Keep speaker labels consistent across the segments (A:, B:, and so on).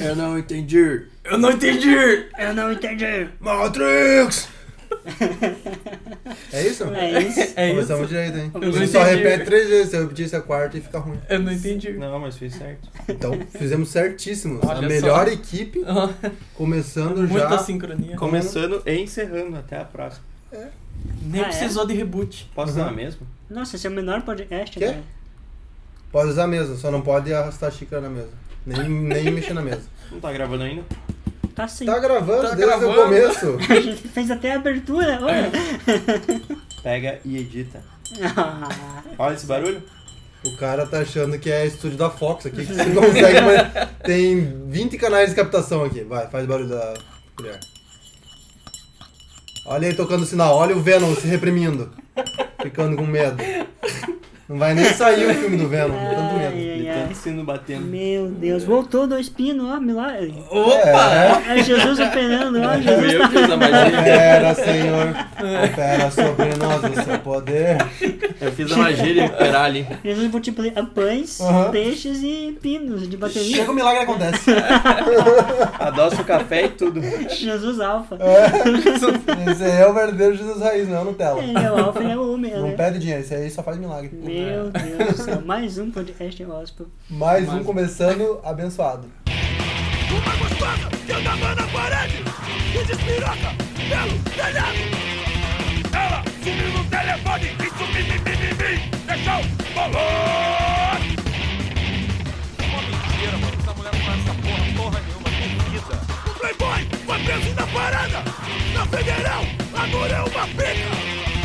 A: Eu não entendi.
B: Eu não entendi!
C: Eu não entendi.
B: Matrix!
A: É isso?
C: É isso.
B: É isso.
A: Começamos direito, hein?
B: Eu
A: Você
B: não
A: só
B: entendi.
A: repete três vezes. Se eu repetir essa quarta e fica ruim.
B: Eu não entendi.
D: Não, mas fiz certo.
A: Então, fizemos certíssimos. a
B: Olha só. assim.
A: melhor equipe, começando
B: Ah, é Muita
A: já.
B: sincronia.
D: Começando e encerrando até a próxima.
B: Nem
C: Ah, é?
B: precisou de reboot.
D: Posso
A: Uhum.
D: dar mesmo?
C: Nossa, esse é o menor podcast, né?
A: Quê?
C: cara.
A: Pode usar a mesa, só não pode arrastar a xícara na mesa. Nem, nem mexer na mesa.
D: Não tá gravando ainda?
C: Tá sim.
A: Tá gravando
B: Tá
A: desde
B: gravando.
A: o começo.
C: A gente fez até a abertura, olha.
A: É.
D: Pega e edita.
C: Ah,
D: Olha esse barulho.
A: O cara tá achando que é estúdio da Fox aqui, que você não consegue mais. Tem 20 canais de captação aqui. Vai, faz barulho da colher. Olha ele tocando sinal, olha o Venom se reprimindo. Ficando com medo. Não vai nem sair o filme do Venom, de tanto medo.
C: Ai,
D: De
C: ai.
D: tanto sino batendo.
C: Meu Deus, voltou do espino, ó, milagre.
A: Opa!
C: É Jesus operando, ó,
B: Fui
C: Jesus. tá.
B: eu que fiz a magia.
A: Opera, Senhor. Opera sobre nós o seu poder.
D: Eu fiz a magia de recuperar ali.
C: Jesus multiplica pães,
A: Aham.
C: peixes e pinos de bateria.
A: Chega o milagre acontece.
D: Adoça o café e tudo.
C: Jesus alfa.
A: É. Esse aí é o verdadeiro Jesus Raiz, não é o Nutella.
C: Ele é o alfa, ele é o ômega,
A: Não É.
C: né?
A: pede dinheiro, esse aí só faz milagre.
C: Meu Deus do céu, mais um podcast gospel.
A: Mais
B: Mais
A: um
B: um.
A: começando abençoado.
E: Uma gostosa que andava na parede e despiroca pelo telhado. Ela sumiu no telefone e sumiu, mi, mi, mi, mi, deixou bolor. Uma mentira, mano. Essa mulher não faz essa porra, porra nenhuma, convida. O Playboy foi preso na parada. Na Federal, agora é uma pica.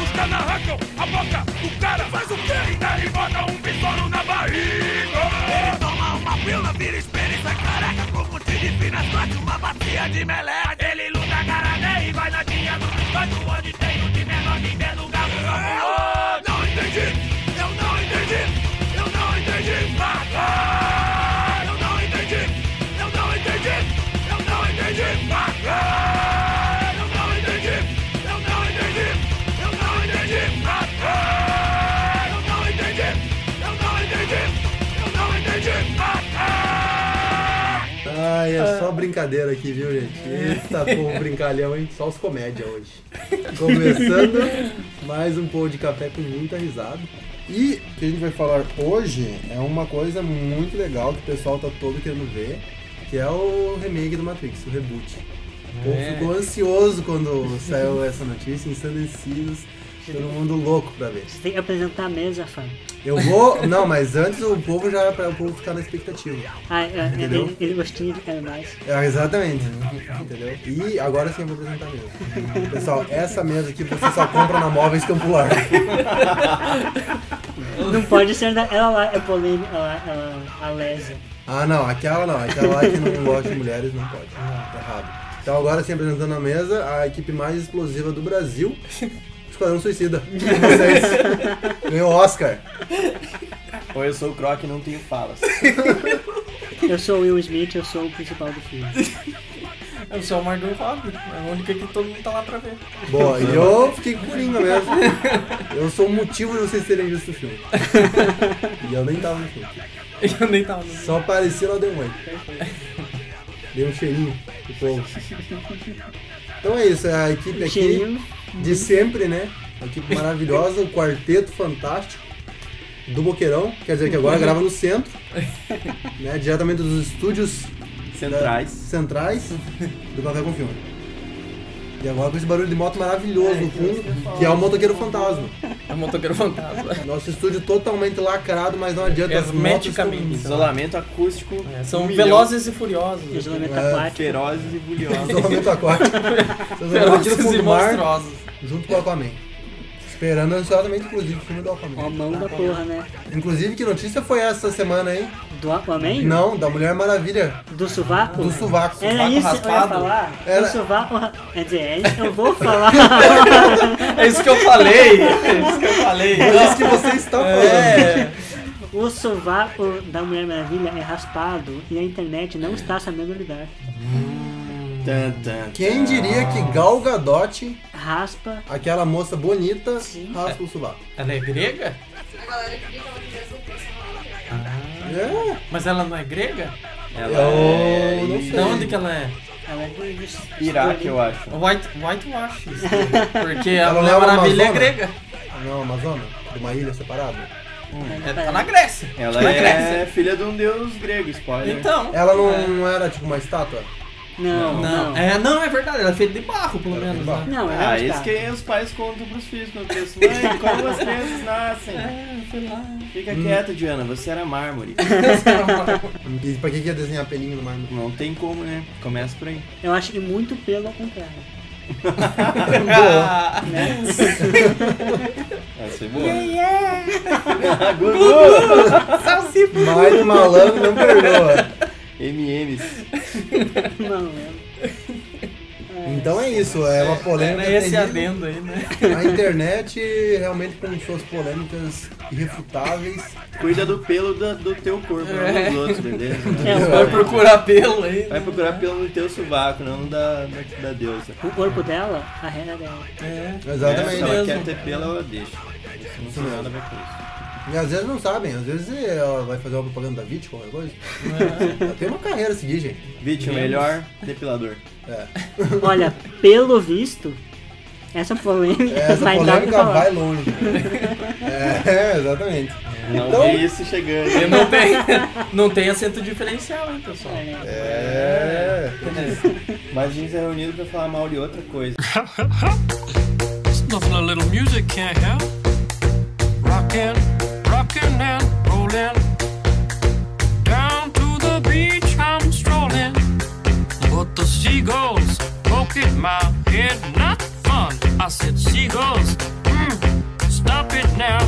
E: Os caras arrancam a boca do cara. Faz o quê? E daí bota um pistono na barriga. Ele toma uma pílula, vira experiência careca. Com um de finas, bate uma bacia de meleca. Ele luta garané e vai na tinha do biscoito. Onde tem o de menor que tem lugar. Eu não entendi, eu não entendi. Eu não entendi nada! Eu não entendi! Eu não entendi! Eu não entendi nada! Eu não entendi! Eu não entendi! Eu não entendi nada! Eu não entendi! Eu não entendi! Eu não entendi nada!
A: Ai, é só brincadeira aqui, viu, gente? Eita, povo brincalhão, hein? Só os comédia hoje. Começando mais um pôr de café com muita risada. E o que a gente vai falar hoje é uma coisa muito legal que o pessoal tá todo querendo ver, que é o remake do Matrix, o reboot. O povo
B: É.
A: ficou ansioso quando saiu essa notícia, ensandecidos, todo mundo louco pra ver.
C: Você tem que apresentar a mesa, fã.
A: Eu vou. Não, mas antes o povo já para o povo ficar na expectativa.
C: Ah, é, é,
A: Entendeu?
C: ele, ele gostinho de quero mais.
A: É, exatamente. Entendeu? E agora sim eu vou apresentar a mesa. Pessoal, essa mesa aqui você só compra na móveis campular.
C: Não pode ser da. Ela lá é polêmica, ela, ela, a lesa.
A: Ah não, aquela não, aquela lá que não gosta de mulheres não pode. Tá errado. Então agora sim apresentando a mesa, a equipe mais explosiva do Brasil. Esquadrão Suicida. Vocês. Ganhou Oscar.
D: Ou eu sou o Croc e não tenho falas.
C: Eu sou o Will Smith, eu sou o principal do filme.
B: Eu sou É, o Margot Robbie. É a única que todo mundo tá lá pra ver.
A: Boa, e eu fiquei com coringa mesmo. Eu sou o motivo de vocês terem visto o filme. E eu nem tava no filme.
B: Eu nem tava no...
A: Só parecia lá deu mãe. Deu um cheirinho pro povo. Então é isso, a equipe aqui
C: Cheirinho.
A: de sempre, né? A equipe maravilhosa, o quarteto fantástico do Boqueirão, quer dizer que agora grava no centro, né? Diretamente dos estúdios da-
D: Centrais.
A: centrais do Café com Filme. E agora com esse barulho de moto maravilhoso no fundo, que é o motoqueiro fantasma.
B: É o motoqueiro fantasma.
A: Nosso estúdio totalmente lacrado, mas não adianta as motos. estão-
B: Hermeticamente.
D: Isolamento acústico.
B: É, São
D: um milhão.
B: velozes e furiosos.
C: Isolamento
A: É,
C: aquático.
D: Ferozes e bulhosos.
A: Isolamento aquático. Vocês
B: Velozes
A: vão
B: e
A: do mar.
B: monstruosos.
A: junto com o Aquaman. Esperando ansiosamente, inclusive, o filme do
C: Ó, a
A: Aquaman.
C: mão da porra, né?
A: Inclusive, que notícia foi essa semana, hein?
C: Do Aquaman?
A: Não, da Mulher Maravilha,
C: Do sovaco?
A: do sovaco.
C: Era isso que eu ia
B: raspado.
C: falar?
A: Era-
C: Do sovaco. ra- Quer dizer, é isso que eu vou falar.
B: É isso que eu falei. É isso que eu falei.
A: É isso que você está falando.
B: É.
C: o sovaco da Mulher Maravilha é raspado e a internet não está sabendo lidar.
D: Tan, tan.
A: Quem diria que Gal Gadot,
C: Raspa.
A: aquela moça bonita,
C: Sim.
A: raspa o sovaco?
B: Ela é grega?
F: A galera que ela queria ser personagem.
A: É,
B: Mas ela não é grega?
D: Ela
A: Eu
D: é
A: não
D: i-
A: sei.
B: De onde que ela é?
C: Ela é do do-
D: Iraque, eu acho.
B: White, whitewash. isso. Porque a
A: Ela
B: Mulher
A: não é uma
B: Maravilha é
A: amazona?
B: grega.
A: Não, Amazonas? De uma ilha separada?
B: É, tá na Grécia.
D: Ela
B: Na
D: é
B: Grécia.
D: filha de um deus grego, spoiler.
B: Então.
A: Ela não,
B: É.
A: não era tipo uma estátua?
C: Não,
B: Não, é, não, é verdade. Ela é feita de barro, pelo
A: Ela é
B: menos.
A: feita de
B: né?
C: Não, ela
D: Ah,
C: está.
D: isso que os pais contam pros filhos quando crescem. Mãe, como as crianças nascem?
B: É, sei lá.
D: Fica
A: Hum.
D: quieta, Diana, você era mármore.
A: E pra que que ia desenhar pelinho no mármore?
D: Não tem como, né? Começa por aí.
C: Eu acho que muito pelo ao contrário.
A: Boa.
B: Ah,
C: Né?
D: Essa foi boa. Yeah, yeah. Gugu!
B: Salsifa.
A: Mas o malandro não perdoa.
D: MMs.
C: Não, é.
A: Então é isso, é uma polêmica.
B: Era esse
A: atendida.
B: adendo aí, né?
A: A internet realmente com suas polêmicas irrefutáveis.
D: Cuida do pelo do, do teu corpo, não dos outros, beleza?
C: É,
B: Vai procurar pelo aí. né?
D: Vai procurar pelo no teu sovaco, não da, da, da deusa.
C: O corpo dela, a renda dela.
B: É.
D: É,
A: Exatamente.
D: se ela
B: mesmo.
D: quer ter pelo, ela deixa. Isso não tem nada a ver com isso.
A: É, E às vezes não sabem, às vezes ela vai fazer uma propaganda da Vit, qualquer coisa.
C: É.
A: Ela tem uma carreira a seguir, gente.
D: Vit, o melhor depilador.
A: É.
C: Olha, pelo visto, essa polêmica
A: é, Essa
C: vai dar o que
A: polêmica
C: falar.
A: vai longe. É, exatamente.
D: Não
A: Então-
D: vi isso chegando.
B: E Não tem, não tem acento diferencial, hein, pessoal?
A: É.
D: Mas a gente tá reunido pra falar mal de outra coisa.
F: It's nothing a little music can't help. Rockin', rockin' and rollin'. Down to the beach I'm strolling. But the seagulls poking my head, not fun. I said, seagulls, mm, stop it now.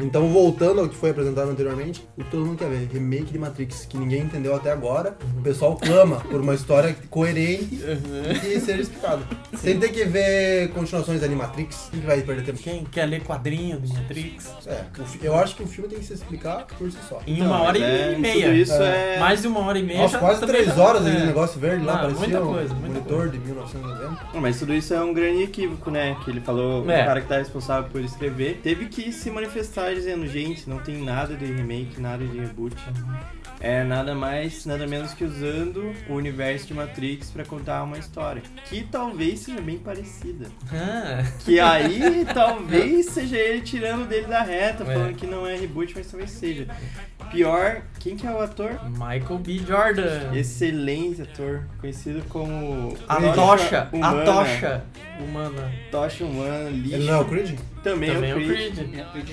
A: Então, voltando ao que foi apresentado anteriormente, o que todo mundo quer ver, remake de Matrix, que ninguém entendeu até agora,
B: Uhum.
A: o pessoal clama por uma história coerente e que seja explicada. Sem ter que ver continuações ali Matrix, que vai perder tempo.
B: Quem quer ler quadrinho do Matrix?
A: É, o fi- eu acho que o filme tem que se explicar por si só.
B: Em
D: Não,
B: uma hora
D: mas é-
B: e meia.
D: Tudo isso
A: É.
D: é.
B: Mais de uma hora e meia.
A: Nossa,
B: já
A: quase
B: também
A: três
B: já-
A: horas ali
B: é.
A: no negócio verde lá,
B: Ah,
A: parecia
B: muita
A: um
B: coisa, muita
A: monitor de 1990.
D: Não, mas tudo isso é um grande equívoco, né? Que ele falou,
B: É.
D: o cara que tá responsável por escrever, teve que se manifestar dizendo, gente, não tem nada de remake, nada de reboot. É nada mais, nada menos que usando o universo de Matrix pra contar uma história. Que talvez seja bem parecida.
B: Ah,
D: Que aí talvez seja ele tirando dele da reta,
B: É.
D: falando que não é reboot, mas talvez seja. Pior, quem que é o ator?
B: Michael B. Jordan.
D: Excelente ator, conhecido como
B: A tocha.
D: humana,
B: A tocha humana.
D: Tocha humana, lixo.
A: Ele não é o Creed?
D: Também,
B: Também
D: é
B: o Creed.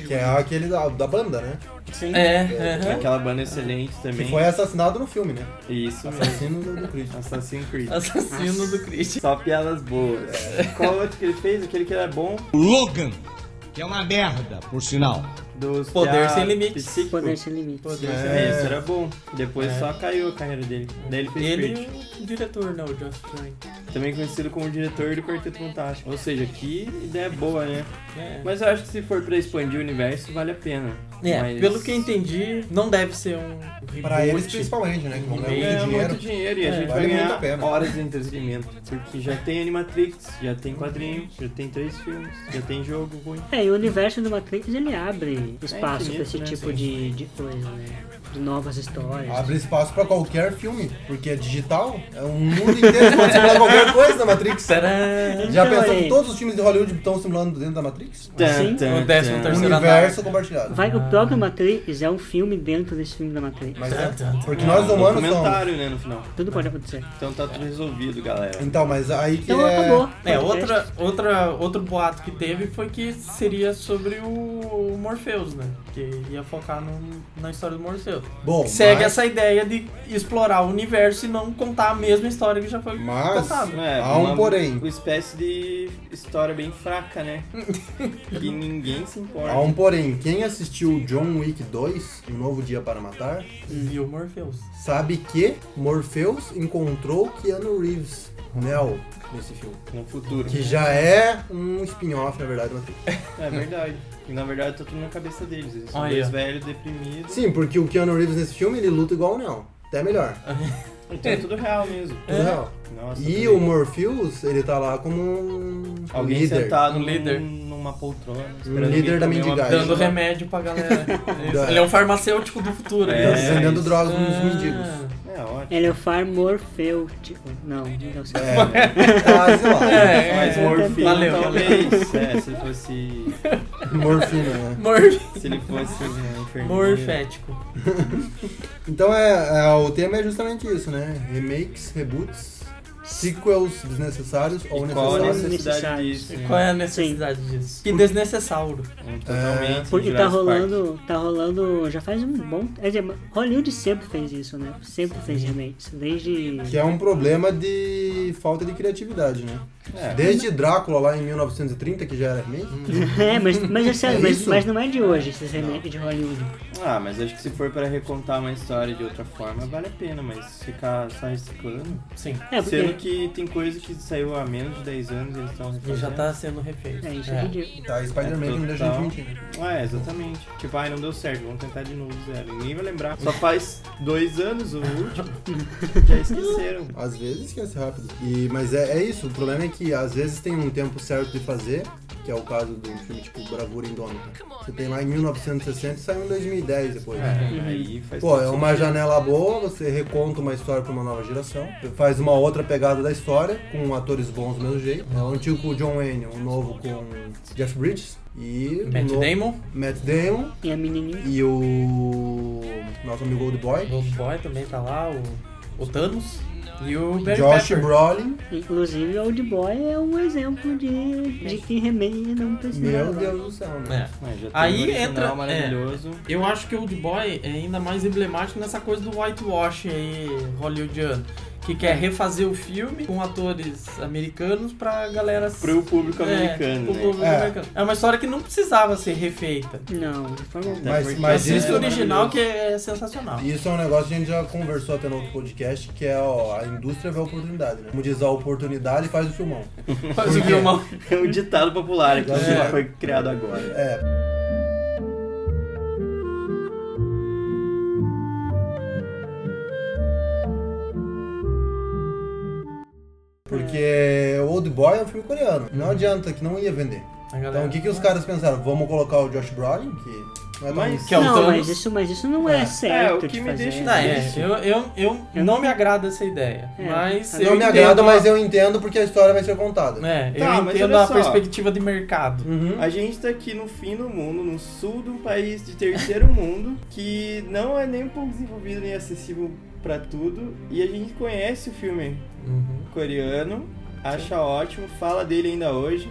A: Que é aquele da, da banda, né?
B: Sim. É. aham.
D: Aquela banda excelente também.
A: Que foi assassinado no filme, né?
D: Isso mesmo.
A: Assassino do, do Creed.
D: Assassin's Creed.
B: Assassino do Creed.
D: Só piadas boas.
B: É.
D: Qual outro que ele fez? Aquele que era bom
G: Logan, que é uma merda, por sinal.
D: dos
B: Poder
D: piá-
B: Sem Limites.
D: psíquico.
C: Poder sem limites.
B: Poder
A: É.
B: ser
D: É, isso era bom. Depois só caiu a carreira dele. Daí ele fez
B: Ele
D: Creed.
B: e o diretor, não, o Josh Trank.
D: Também conhecido como diretor do Quarteto Fantástico. Ou seja, que ideia boa, né?
B: É,
D: Mas eu acho que se for pra expandir o universo, vale a pena.
B: É,
D: Mas-
B: pelo que eu entendi, não deve ser um
A: Pra eles,
B: reboot.
A: principalmente, né? Que vão
B: Remake.
A: ganhar
D: É
A: muito dinheiro.
D: muito dinheiro e a
B: É,
D: gente
A: vale
D: vai
A: muito a
D: ganhar
A: pena.
D: horas de entretenimento. Porque já tem Animatrix, já tem quadrinho, já tem três filmes, já tem jogo ruim.
C: É, e o universo do Matrix ele abre
A: É
C: espaço pra
D: infinito,
C: esse
D: né?
C: tipo
D: Sim.
C: de, de coisa, né? De novas histórias.
A: assim. Abre espaço pra qualquer filme, porque é digital, é um mundo inteiro que pode simular qualquer coisa na Matrix.
B: Tcharam!
A: Já
C: Então,
A: pensou que
C: aí.
A: todos os filmes de Hollywood estão simulando dentro da Matrix?
C: Sim.
B: O décimo
A: Um
B: Terceira
A: universo compartilhado.
C: Vai, o próprio Matrix é um filme dentro desse filme da Matrix.
A: Ah. Mas
B: Tá, tá,
A: é,
B: tá.
A: porque nós humanos somos.
D: comentário, né, no final.
C: Tudo pode acontecer.
D: Então tá tudo resolvido, galera.
A: Então, mas aí que
C: Então
A: é...
C: acabou.
B: É,
C: Podcast.
B: outra, outra, outro boato que teve foi que seria sobre o Morpheus, né? Que ia focar no- na história do Morpheus.
A: Bom,
B: Que segue
A: mas,
B: essa ideia de explorar o universo e não contar a mesma história que já foi
A: Mas-
B: contada. né?
D: É,
A: Há um
D: uma-
A: porém.
D: Uma espécie de história bem fraca, né? que ninguém se importa.
A: Há um porém, quem assistiu John Wick 2, Um Novo Dia para Matar,
B: E o Morpheus.
A: sabe que Morpheus encontrou Keanu Reeves, Neo, nesse filme.
D: No futuro.
A: Que já é um spin-off, na verdade, do Matrix.
D: É verdade. E na verdade tá tudo na cabeça deles. Eles são
B: Olha.
D: dois velhos deprimidos.
A: Sim, porque o Keanu Reeves nesse filme, ele luta igual o Neo. Até melhor.
D: Então é tudo real mesmo.
A: Tudo real.
D: Nossa,
A: E
D: tudo
A: o Morpheus, ele tá lá como um
D: Alguém
A: líder.
D: sentado
B: Um
D: num-
B: líder.
D: numa poltrona.
A: Um líder da
D: mendigada.
A: mendigagem.
B: Dando remédio pra galera. Ele-
A: Dá.
B: Ele é um farmacêutico do futuro.
A: Tá
D: É.
B: né?
A: vendendo
D: isso.
A: drogas nos
B: Ah,
A: mendigos.
D: ótimo.
C: Ele é o Far Morfeu, tipo. Não, não sei.
D: É, né?
A: Ah, sei lá.
B: É,
D: Mas
B: é,
C: então,
D: Morfina
B: valeu.
D: talvez. É, se ele fosse.
A: Morfina, né?
B: Mor-
D: Se ele fosse um enfermeiro.
B: Morfético.
A: Então é, é, o tema é justamente isso, né? Remakes, reboots, sequels desnecessários ou um
D: E qual a
A: necessários.
C: necess-
D: necessidade
C: Necessário.
D: disso? né?
B: Qual é a necessidade disso? Que desnecessário.
D: É Totalmente.
C: Porque tá
D: Jurassic Park.
C: rolando, tá rolando já faz um bom. Quer dizer, Hollywood sempre fez isso, né? Sempre fez remakes. Desde.
A: Que é um problema de falta de criatividade, né?
D: É.
A: Desde Drácula lá em 1930, que já era remake,
C: É, mas, mas é sério,
A: É
C: mas,
A: isso?
C: mas não é de hoje esses remakes de Hollywood.
D: Ah, mas acho que se for pra recontar uma história de outra forma, vale a pena, mas ficar só reciclando.
B: Sim.
C: É, porque.
D: Sendo que tem coisa que saiu há menos de 10 anos e eles estão
B: E já tá sendo refeito.
C: É, isso é,
B: É.
D: Hum.
C: ridículo.
A: tá? Spider-Man que não deixa a gente mentir. né?
D: É, exatamente. Tipo, ai, não deu certo, vamos tentar de novo zero. Ninguém vai lembrar. Só faz dois anos o último. já esqueceram.
A: Às vezes esquece rápido. E, mas é, é isso, o problema é que às vezes tem um tempo certo de fazer, que é o caso do filme tipo Bravura Indômita. Você tem lá em 1960 e saiu em 2010 depois.
D: É,
B: Uhum.
D: aí faz
A: Pô, é
D: todo
A: uma
D: sentido.
A: janela boa, você reconta uma história pra uma nova geração, faz uma outra pegada da história, com atores bons do mesmo jeito. É um antigo com o John Wayne, um novo com Jeff Bridges e o
B: Matt
A: novo-
B: Damon,
A: Matt Damon
C: E a menininha.
A: e o nosso amigo Old Boy,
B: Gold Boy também tá lá, o, o Thanos e o Barry
A: Josh
B: Pepper.
A: Brolin.
C: Inclusive, Old Boy é um exemplo de, de que remake não precisa.
A: Meu Deus do céu, né?
B: É.
D: É, já tem
B: Aí
D: um original
B: entra- é.
D: maravilhoso.
B: Eu acho que o Old Boy é ainda mais emblemático nessa coisa do whitewash aí hollywoodiano, que quer refazer o filme com atores americanos pra galera se-
D: Pro público
B: É,
D: americano,
B: pro
D: né?
B: público
A: É.
B: americano. É uma história que não precisava ser refeita.
C: Não, de forma alguma.
A: Mas-
D: porque
A: mas
D: é
B: Assista
A: isso-
B: o original
D: maravilhoso.
B: que é sensacional.
A: Isso é um negócio que a gente já conversou até no outro podcast, que é ó, a indústria vê a oportunidade, né? Como diz a oportunidade, faz o filmão.
B: Faz o
A: Por quê?
B: filmão.
D: É um ditado popular aqui,
A: É.
D: que foi criado agora.
A: É. Porque Old Boy é um filme coreano. Não adianta que não ia vender.
B: A galera-
A: Então o que, que os caras pensaram? Vamos colocar o Josh Brolin, que não é tão
D: Mas-
B: Que é o
C: não,
B: Thanos.
C: mas isso, mas isso não é,
A: É,
C: certo.
D: o que
C: de
D: me
C: fazer.
D: deixa-
B: Não, é, eu, eu, eu
C: Eu-
B: não me agrada essa ideia.
C: É,
B: Mas
C: não
B: eu
A: Não me
B: entendo
A: agrada,
B: a-
A: mas eu entendo porque a história vai ser contada.
B: É,
D: Tá,
B: eu
D: mas
B: entendo
D: olha
B: a
D: só.
B: perspectiva de mercado.
A: Uhum.
D: A gente tá aqui no fim do mundo, no sul de um país de terceiro mundo, que não é nem um pouco desenvolvido nem acessível pra tudo, e a gente conhece o filme
B: Uhum.
D: coreano, acha ótimo, fala dele ainda hoje,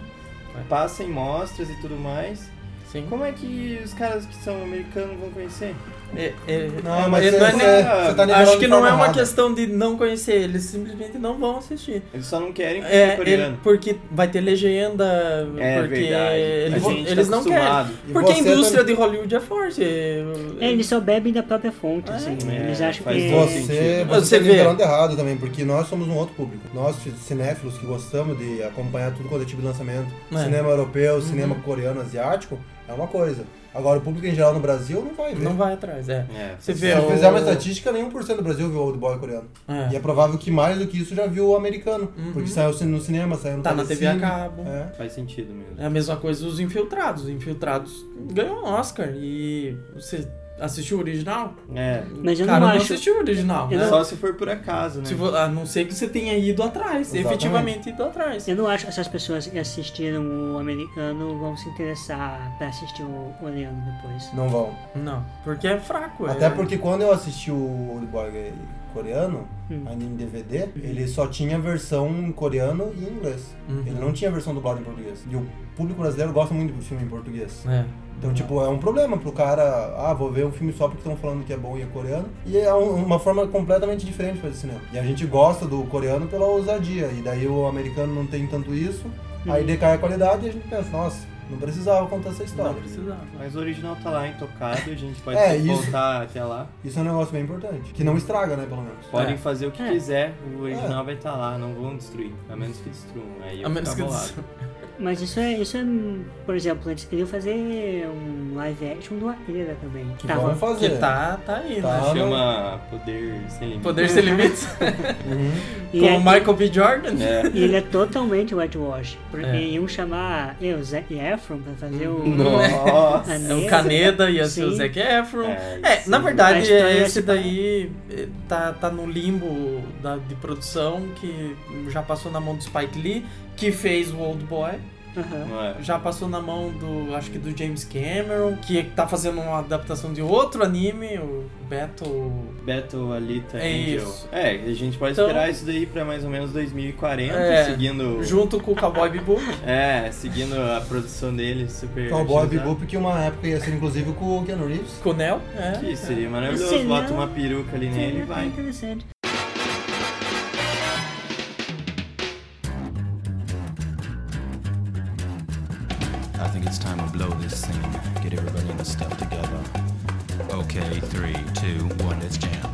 B: É.
D: passa em mostras e tudo mais.
B: Sim.
D: Como é que os caras que são americanos vão conhecer?
B: É, é,
A: Não, Ah, mas
B: é,
A: você,
B: não é
A: você-
B: nem-
D: nem-
A: você tá nivelando
B: acho que
A: de
B: não
A: forma
B: é uma
A: errada.
B: questão de não conhecer, eles simplesmente não vão assistir.
D: Eles só não querem filme
B: É, ele-
D: coreano.
B: porque vai ter legenda,
D: É
B: porque
D: verdade.
B: eles,
D: a
B: vão-
D: gente
B: eles
D: tá
B: não querem.
D: acostumado.
A: E
B: Porque a
A: você
B: indústria
A: também-
B: de Hollywood é forte. é-
C: É, eles só bebem da própria fonte, assim.
D: É,
C: eles acham
D: faz
C: que.
D: doce.
A: Você,
B: Mas
A: você
B: você
A: tá
B: vê.
A: liderando errado também, porque nós somos um outro público. Nós, cinéfilos, que gostamos de acompanhar tudo quanto é tipo de lançamento,
B: É.
A: cinema europeu, cinema coreano, asiático, é uma coisa. Agora, o público em geral no Brasil não vai ver.
B: Não vai atrás, é.
D: É,
B: Você vê
A: Se
B: o...
A: fizer uma estatística, nenhum por cento do Brasil viu o Old Boy coreano.
B: É.
A: E é provável que mais do que isso já viu o americano.
B: Uhum.
A: Porque saiu no cinema, saiu no
B: Tá na TV a
A: telecine.
B: cabo.
A: É.
D: faz sentido mesmo.
B: É a mesma coisa dos infiltrados. Os infiltrados ganham um Oscar e você assistiu o original?
D: É.
C: Mas eu
B: Cara,
C: não
B: não
C: acho.
B: assistiu o original,
C: Eu
B: né?
D: Só se for por acaso, né?
B: Se vo- A não ser que você tenha ido atrás,
A: Exatamente.
B: efetivamente ido atrás.
C: Eu não acho que essas pessoas que assistiram o americano vão se interessar pra assistir o coreano depois.
A: Não vão.
B: Não, porque é fraco. é-
A: Até porque quando eu assisti o Old Boy eh, coreano, anime DVD, ele só tinha versão em coreano e em inglês.
B: Uhum.
A: Ele não tinha versão dublada em português. E o público brasileiro gosta muito do filme em português.
B: É.
A: Então, tipo, é um problema pro cara, ah, vou ver um filme só porque estão falando que é bom e é coreano. E é um- uma forma completamente diferente de fazer cinema. E a gente gosta do coreano pela ousadia. E daí o americano não tem tanto isso, aí decai a qualidade e a gente pensa, nossa, não precisava contar essa história.
B: Não precisava.
D: Mas o original tá lá intocado, a gente pode
A: É, isso.
D: voltar até lá.
A: Isso é um negócio bem importante. Que não estraga, né, pelo menos.
D: Podem
B: É.
D: fazer o
A: É.
D: tá que quiser, o original vai estar lá, não vão destruir. A menos que destruam. Aí eu
B: A menos
D: fico
B: que
D: bolado.
B: eu-
C: Mas isso é, isso é, por exemplo, eles queriam fazer um live action do Akira também.
A: Que
C: Tava-
A: vão fazer.
B: Que tá, tá aí,
A: Tá.
B: né?
D: Chama Poder Sem Limites.
B: Poder sem limites.
C: Uhum. E
B: Com
C: aí-
B: o Michael B. Jordan.
D: É.
C: E ele é totalmente whitewash. Porque
B: É.
C: iam chamar eu, Zac Efron pra fazer o.
D: Nossa.
C: a
B: É o
C: Neda.
B: Caneda e assim, o
C: Sim.
B: Zac Efron.
D: Né? É,
B: É,
D: sim.
B: na
C: A
B: verdade,
C: história
B: é
C: é
B: esse
D: tá
C: separada.
B: daí é, tá, tá no limbo da- de produção que já passou na mão do Spike Lee, que fez o Old Boy,
C: Aham.
D: Não é.
B: já passou na mão do, acho que do James Cameron, que tá fazendo uma adaptação de outro anime, o Battle
D: Battle Alita
B: É
D: Angel.
B: isso.
D: É, a gente pode
B: Então-
D: esperar isso daí pra mais ou menos 2040,
B: É.
D: seguindo.
B: junto com o Cowboy Bebop.
D: É, seguindo a produção dele, super.
A: Cowboy
D: otimizada.
A: Bebop, que uma época ia ser inclusive com o Keanu Reeves.
B: Com o Neo, é.
D: Que seria maravilhoso.
C: Seria-
D: Bota uma peruca ali nele e
C: Seria bem
D: É, vai.
C: É, interessante.
H: I think it's time to blow this scene. Get everybody in the stuff together. Okay, three, two, one, let's jam.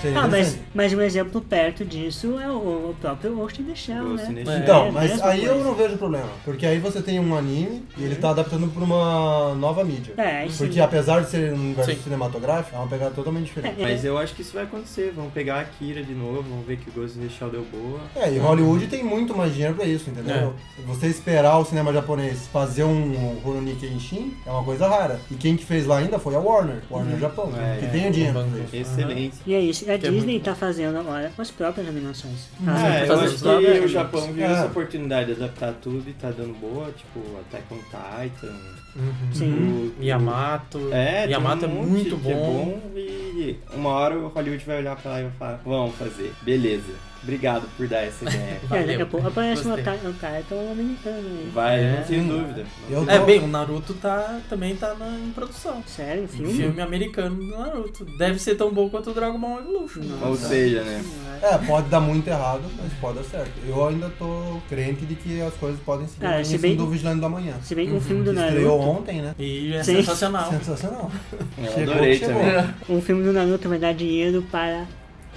A: Seria
C: Ah, mas,
A: É interessante.
C: mas um exemplo perto disso é o, o próprio Ghost in the Shell,
D: Ghost in
C: né?
D: the Shell.
A: Então,
C: É,
A: mas
C: mesma
A: aí eu
C: coisa.
A: não vejo problema. Porque aí você tem um anime e ele tá adaptando pra uma nova mídia.
C: É, isso.
A: Porque apesar de ser um universo
B: Sim.
A: cinematográfico, é uma pegada totalmente diferente.
D: Mas eu acho que isso vai acontecer. Vão pegar a Akira de novo, vão ver que o Ghost in the Shell deu boa.
A: É, e Hollywood tem muito mais dinheiro pra isso, entendeu?
D: É.
A: Você esperar o cinema japonês fazer um Rurouni Kenshin é uma coisa rara. E quem que fez lá ainda foi a Warner,
C: Uhum.
A: Warner Japão,
D: É,
A: que
D: é,
A: tem o dinheiro pra isso.
D: Excelente.
C: E é isso. A
B: Que é
C: Disney tá fazendo agora as próprias animações. Ah,
D: É, eu
B: fazer os
D: acho que
B: próprios
D: o
B: animes.
D: Japão viu
A: É.
D: essa oportunidade de adaptar tudo e tá dando boa, tipo, Attack on Titan.
C: Sim.
D: o-
B: Yamato.
D: Uhum. É, tem
B: Yamato
D: um
B: é
D: monte
B: muito
D: que é
B: bom.
D: bom. E uma hora o Hollywood vai olhar pra lá e vai falar, vamos fazer. Beleza. Obrigado por dar essa ideia.
C: É, daqui a
B: Valeu.
C: pouco aparece um
B: Gostei.
C: Attack on Titan americano aí.
D: Vai,
B: É.
D: não tenho dúvida.
A: Eu
B: É,
A: tô-
B: bem, o Naruto tá, também tá na, em produção.
C: Sério, um filme?
B: Filme americano do Naruto. Deve ser tão bom quanto o Dragon Ball Evolution. né?
D: Ou seja, né?
A: É, pode dar muito errado, mas pode dar certo. Eu ainda tô crente de que as coisas podem seguir
C: Ah,
A: no
C: se
A: início
C: bem-
A: do Vigilante da Manhã.
C: Se bem que o filme
A: Que
C: do
A: estreou
C: Naruto.
A: ontem, né?
B: E é
C: Sim.
B: sensacional.
A: Sensacional.
D: Eu
A: Chegou,
D: adorei
A: chegou.
D: também.
C: Um filme do Naruto vai dar dinheiro para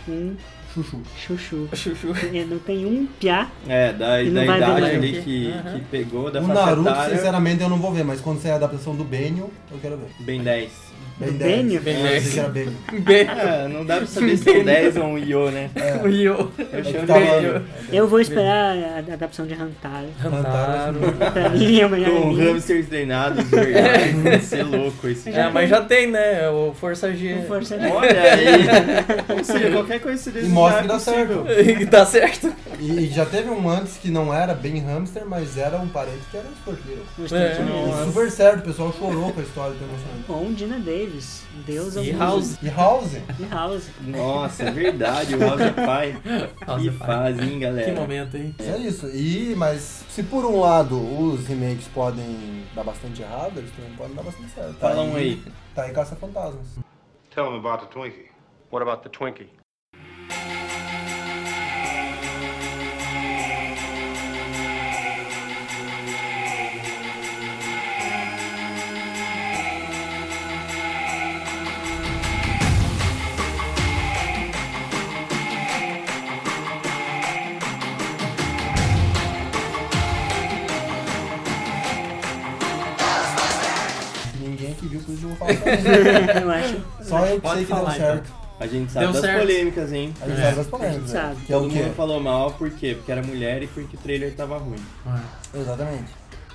C: um
A: Chuchu.
C: chuchu.
B: Chuchu.
C: Ele não tem um piá.
D: É, da,
C: E não
D: da
C: vai
D: idade
C: ver
D: ali
B: mais.
D: que,
B: Aham.
D: que pegou, da
A: O
D: faixa
A: Naruto,
D: etária,
A: sinceramente, eu não vou ver, mas quando sair a adaptação do Benio, eu quero ver.
D: bem 10.
A: Ben
C: Benio?
A: 10.
B: Ben
A: Eu pensei
B: 10.
A: que era Benio.
B: Bem,
D: É, não dá pra saber se é um 10 ou um Io, né?
B: o Yo.
D: Eu
A: É que
D: chamo
A: tava-
D: de Io.
C: Eu vou esperar a a adaptação de Hantaro.
B: Rantaro.
C: Pra mim é o melhor
D: Com
C: anime.
D: hamsters treinados, de verdade. Vai ser louco esse
B: É,
D: jogo.
B: mas já tem, né? O Força G.
C: Com força de-
D: Olha aí! Ou seja, qualquer coincidência
A: E mostra
D: já
A: que dá
D: possível.
A: certo.
B: E tá certo.
A: E já teve um antes que não era bem hamster, mas era um parente que era esporteiro.
C: Os três
B: É,
C: primeiros.
A: E super certo, o pessoal chorou com a história do emocionante.
C: Bom, Dina Davis. Deus
B: E
C: é o
B: House.
A: E House?
C: E House.
D: Nossa, é verdade, o House é pai.
B: House
D: que
B: é pai.
D: fase, hein, galera?
B: Que momento, hein?
A: É isso. E, mas se por um lado os remakes podem dar bastante errado, eles também podem dar bastante certo.
D: Fala um aí.
A: Tá aí Caça Fantasmas.
I: Tell him about the Twinkie. What about the Twinkie?
A: Ninguém aqui viu que o Gil falou.
C: Eu acho.
A: Só eu que
B: Pode
A: sei que deu
B: falar,
A: certo.
D: A gente sabe
B: Deu
D: das
B: certo.
D: polêmicas, hein?
A: A gente sabe das polêmicas.
C: A gente
A: Que é o
D: Todo
A: quê?
D: mundo falou mal, por quê? Porque era mulher e porque o trailer tava ruim.
A: Exatamente.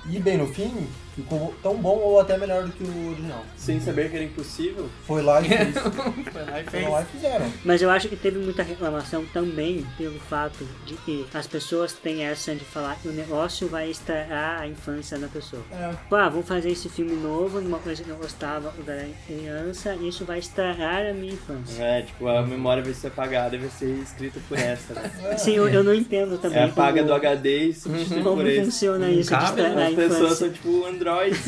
A: E bem no fim, ficou tão bom ou até melhor do que o original.
D: Sem saber que era impossível.
A: Foi lá e fez.
B: Foi lá e
A: Foi
B: fez.
A: lá e fizeram.
C: Mas eu acho que teve muita reclamação também pelo fato de que as pessoas têm essa de falar que o negócio vai estragar a infância da pessoa. Tipo, ah, vou fazer esse filme novo, uma coisa que eu gostava quando era criança, isso vai estragar a minha infância.
D: É, tipo, a memória vai ser apagada e vai ser escrita por essa, né?
C: Sim, eu, eu não entendo também
D: É apaga do
C: como,
D: HD e substitui
C: como
D: por esse.
C: funciona isso de
B: cabe, né?
C: estragar a
D: As pessoas
C: infância.
D: são tipo Androids. né?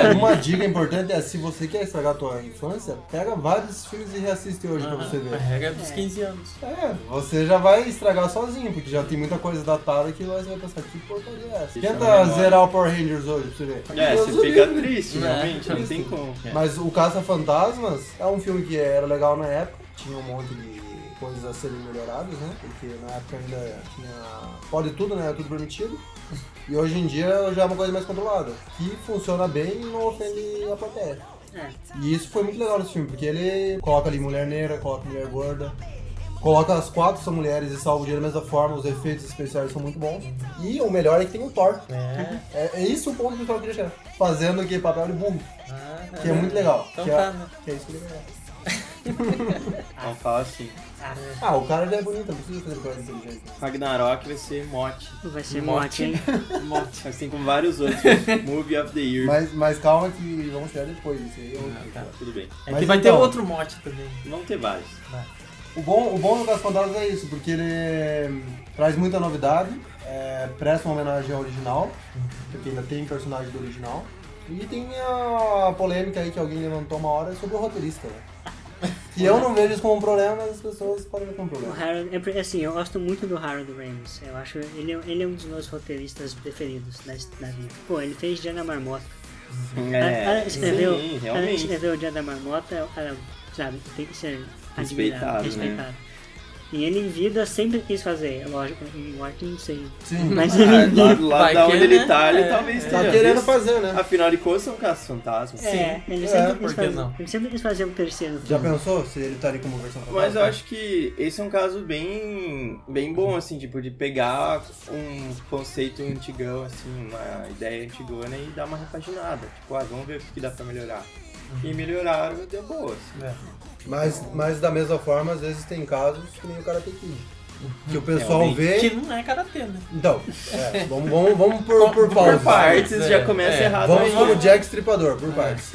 A: É, uma dica importante é, se você quer estragar a tua infância, pega vários filmes e reassiste hoje pra você
B: A
A: ver.
B: regra é dos 15 anos.
A: É, você já vai estragar sozinho, porque já tem muita coisa datada que lá você vai pensar, que porcaria é essa?
D: Deixa na
A: Tenta
D: memória.
A: zerar o Power Rangers hoje pra você ver.
D: É,
A: Deus
D: você
A: o
D: fica
A: livre.
D: triste, realmente, não tem como.
A: Mas o Caça-Fantasmas é um filme que era legal na época, tinha um monte de coisas a serem melhoradas, né? Porque na época ainda tinha. Pode tudo, né? Era Tudo permitido. E hoje em dia já é uma coisa mais controlada, que funciona bem e não ofende a plateia.
C: É.
A: E isso foi muito legal nesse filme, porque ele coloca ali mulher negra, coloca mulher gorda, coloca as quatro são mulheres e salvo dia da mesma forma, os efeitos especiais são muito bons. E o melhor é que tem o Thor. É, é esse o ponto que eu queria chegar. Fazendo aquele papel de burro, que é muito legal.
B: Então
A: que,
B: tá,
A: é,
B: né?
A: que é isso que ele é.
D: Vamos falar assim.
A: Ah, o cara já é bonito, não precisa fazer coisa inteligente.
D: Ragnarok vai ser mote.
C: Vai ser
B: Morte.
C: morte, hein?
D: Mote. Assim como vários outros. Movie of the Year.
A: Mas, mas calma que vamos chegar depois disso aí. é outro
B: tá.
A: episódio.
D: Tudo bem.
B: É
A: Mas
B: que vai
A: então-
B: ter outro mote também.
D: Vão ter vários.
A: O bom, o bom do Caça-Fantasmas é isso, porque ele hum, traz muita novidade, é, presta uma homenagem ao original, porque ainda tem personagem do original. E tem a polêmica aí que alguém levantou uma hora sobre o roteirista, né? Que eu não vejo isso como um problema, mas as pessoas podem ver como um
C: O
A: problema.
C: Harold, é porque, assim, eu gosto muito do Harold Ramis. Eu acho ele, é- ele é um dos meus roteiristas preferidos da, his- da vida. Pô, ele fez Dia da Marmota.
A: É.
C: ela, ela É, escreveu,
D: É,
C: É,
D: sim,
C: ela
D: realmente.
C: escreveu o Dia da Marmota, ela, sabe, tem que ser
D: Respeitado,
C: admirado,
D: né?
C: respeitado. E ele em vida sempre quis fazer, lógico, em morte não sei.
A: Sim,
C: Mas ele em
D: Ah, lá
C: vida.
D: do lado
B: Vai
D: da
B: que,
D: onde ele
B: né?
D: tá, ele
B: É,
D: talvez
A: tá
D: tenha
A: querendo
D: visto.
A: fazer, né?
D: Afinal de contas, são casos fantasmas.
C: É, ele
A: É,
C: sempre,
B: por
C: quis
B: que
C: fazer,
B: não?
C: ele sempre quis fazer um terceiro
A: Já
C: filme.
A: pensou se ele estaria como versão
D: Mas eu acho que esse é um caso bem, bem bom, assim, tipo, de pegar um conceito antigão, assim, uma ideia antigona e dar uma repaginada. Tipo, ah, vamos ver o que dá pra melhorar. E melhoraram e deu boa. assim.
A: É. Mas, mas da mesma forma, às vezes tem casos que nem o Karate Kid. Que o pessoal
D: Realmente.
A: vê...
B: Que não é karatê, né?
A: Então, é, vamos, vamos, vamos por, por
D: Por
A: pausa.
D: partes,
B: é,
D: já começa
B: é.
D: errado.
A: Vamos
D: aí,
A: como
D: né?
A: Jack Stripador, por partes.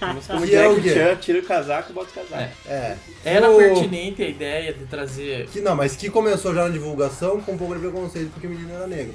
D: Vamos como
A: Que é o
D: Jack
A: quê?
D: Chan, tira o casaco, bota o casaco.
B: É.
A: É.
B: Era
A: O-
B: pertinente a ideia de trazer.
A: Que não, mas que começou já na divulgação com um pouco de preconceito porque o menino era negro.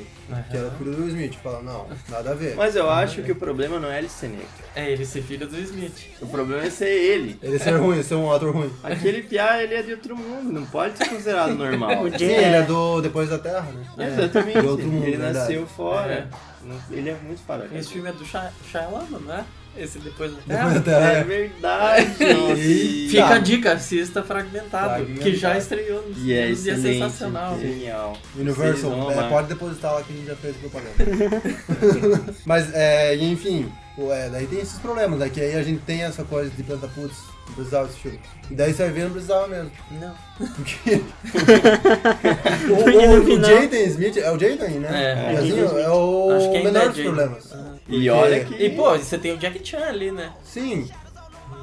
A: Que era filho do Will Smith. Fala, não, nada a ver.
D: Mas eu acho que o problema não é ele ser negro.
B: É, ele ser filho do Smith.
D: O problema é ser ele.
A: Ele ser ruim, ser um ator ruim.
D: Aquele piá, ele é de outro mundo, não pode ser considerado normal.
C: O
A: Sim,
C: Jay-
A: ele é do Depois da Terra, né?
D: Exatamente.
A: De outro mundo,
D: ele
A: verdade.
D: nasceu fora. Não- Ele é muito fora.
B: Esse filme é do Shy- Shyamalan, não é? Esse depois da
A: Depois da
B: Terra.
A: Terra.
D: É verdade.
A: Eita.
B: Fica
A: Tá.
B: a dica, assista Fragmentado,
A: Fragmentado.
B: que já estreou no
D: E é
B: dia
D: excelente.
B: sensacional.
D: Genial.
A: Universal,
D: Vocês vão
A: é,
D: amar.
A: pode depositar lá que a gente já fez propaganda. Mas, é, e enfim, o- é, daí tem esses problemas, né? Que aí a gente tem essa coisa de planta putz, não precisava desse filme. E daí você vai ver, não precisava mesmo.
B: Não.
A: Porque. o,
C: Porque
A: o,
C: no
A: o
C: final-
A: Jaden Smith, é o Jaden, né?
B: É.
A: Assim,
C: Jaden Smith.
A: é o
B: Acho que ainda
A: menor
B: é
A: dos
B: Jaden.
A: problemas.
D: E olha que.
B: E pô, você tem o Jack Chan ali, né?
A: Sim.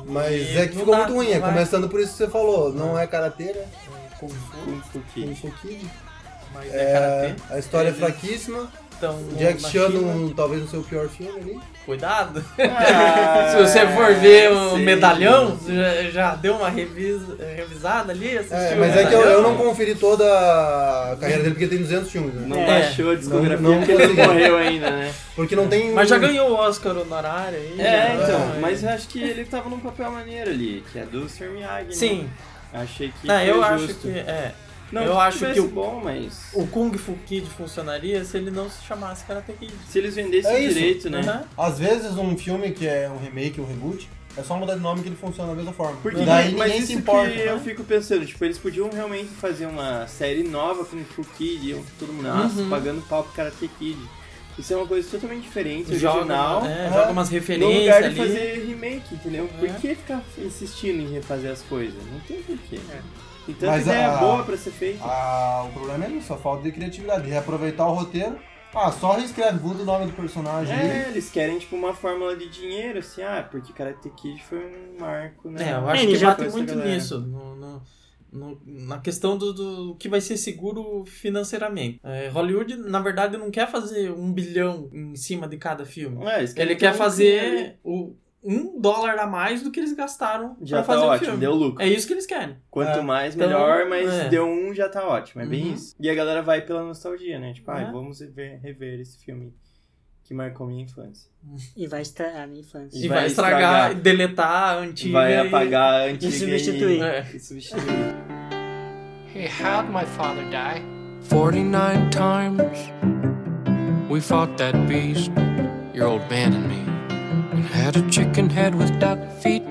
A: Mas
B: E
A: é que
B: não
A: ficou
B: dá,
A: muito ruim, é
B: vai.
A: começando por isso que você falou, não é karatê, né?
D: Kung Fu
A: Kung
D: Kid.
A: Fu Kid.
B: Mas é, né?
A: É,
B: karatê.
A: a história é
B: Eles
A: fraquíssima,
B: tão
A: o Jack
B: na
A: Chan
B: China.
A: não- talvez não seja o pior filme ali.
B: Cuidado.
D: Ah,
A: É,
B: Se você for ver o
D: sim.
B: medalhão, você já, já deu uma revisa, revisada ali? Assistiu
A: É,
B: o
A: mas é que eu,
B: medalhão?
A: eu não conferi toda a carreira dele porque tem 200 filmes, né?
D: Não
C: É.
D: baixou a discografia
A: Não- não
D: porque ele não
A: consegui.
D: morreu ainda, né?
A: Porque não tem... um-
B: Mas já ganhou o Oscar honorário aí.
D: É,
B: já-
D: então, mas eu acho que ele tava num papel maneiro ali, que é do Sr. Miyagi. né?
B: Sim,
D: Achei que.
B: não,
D: foi
B: eu acho
D: justo.
B: que. É,
D: Não,
B: eu acho que
D: tivesse
B: o-
D: bom, mas.
B: o Kung Fu Kid funcionaria se ele não se chamasse Karate Kid.
D: Se eles vendessem
A: É isso.
D: direito, né?
B: Aham.
A: Às vezes um filme que é um remake, um reboot, é só mudar de nome que ele funciona da mesma forma.
D: Porque
A: daí
D: mas
A: ninguém
D: isso
A: se importa. né?
D: que eu fico pensando, tipo, eles podiam realmente fazer uma série nova com o Fu Kid, iam todo mundo nossa,
A: Uhum.
D: pagando pau pro Karate Kid. Isso é uma coisa totalmente diferente, original.
B: Joga, é,
A: é.
B: joga umas
D: No lugar
B: referências
D: de
B: ali.
D: fazer remake, entendeu?
B: É.
D: Por que ficar insistindo em refazer as coisas? Não tem porquê.
B: É.
D: Tem tanta
A: Mas
D: ideia
A: a-
D: boa pra ser feita.
A: Ah, o problema é isso, a falta de criatividade, de reaproveitar o roteiro. Ah, só reescreve, muda o nome do personagem.
D: É, eles querem, tipo, uma fórmula de dinheiro, assim, ah, porque Karate Kid foi um marco, né?
B: É, eu acho
C: Ele
B: que
C: já
B: bate
D: Essa
B: muito
D: galera.
B: nisso. no- no- no- na questão do, do que vai ser seguro financeiramente. É, Hollywood, na verdade, não quer fazer um bilhão em cima de cada filme.
D: É, eles
B: Ele
D: querem ter
B: quer
D: um dinheiro.
B: fazer o, um dólar a mais do que eles gastaram
D: Já
B: pra
D: tá
B: fazer o
D: ótimo,
B: filme.
D: deu lucro.
B: É isso que eles querem.
D: Quanto mais,
B: então,
D: melhor, mas
B: é.
D: deu um já tá ótimo. É bem
B: Uhum.
D: isso. E a galera vai pela nostalgia, né? Tipo, ai,
B: É.
D: vamos rever, rever esse filme. que marcou minha infância.
C: E vai estragar a minha infância.
B: E
D: vai
B: vai, estragar,
D: estragar.
B: deletar a antiga.
D: Vai
B: e-
D: apagar a antiga
C: substituir.
D: e-
B: É.
D: e substituir.
F: He had my father die 49 times. We fought that beast, your old man and me, and had a chicken head with duck feet,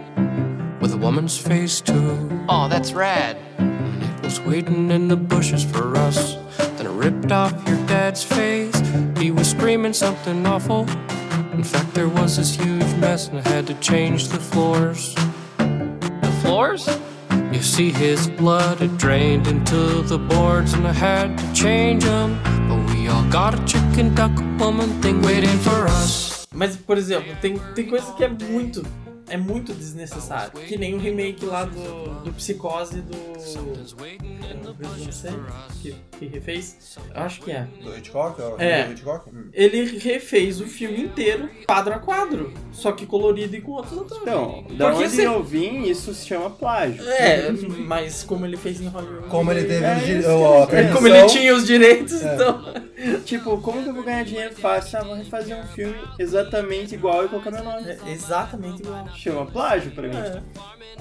F: with a woman's face too. Oh, that's rad. And it was waiting in the bushes for us. Then it ripped off your dad's face. He was screaming something awful. In fact, there was this huge mess, and I had to change the floors. The floors? You see his blood, it drained into the boards, and I had to change them. But we all got a chicken duck woman thing waiting for us.
B: Mas, por exemplo, tem, tem coisa que é muito. É muito desnecessário. Que nem o remake lá do, do Psicose do.
F: Something's waiting in the
B: Não
F: bushes
B: sei,
F: for us.
B: que, que refez. Eu acho que é.
A: Do Hitchcock? ó,
B: É.
A: Do Hitchcock? Hum.
B: Ele refez o filme inteiro, quadro a quadro. Só que colorido e com outros atores.
D: Então, da
B: Porque
D: onde
B: se-
D: eu vim, isso se chama plágio.
B: É, mas como ele fez em Hollywood.
A: Como ele teve
D: É
A: o
D: isso
A: dire-
D: que
A: ó, a
D: ele-
A: permissão-
B: Como ele tinha os direitos,
A: É.
B: então.
D: Tipo, como que eu vou ganhar dinheiro fácil? Ah, vou refazer um filme exatamente igual e colocar meu nome.
B: É exatamente igual.
D: Chama plágio pra mim.
B: É.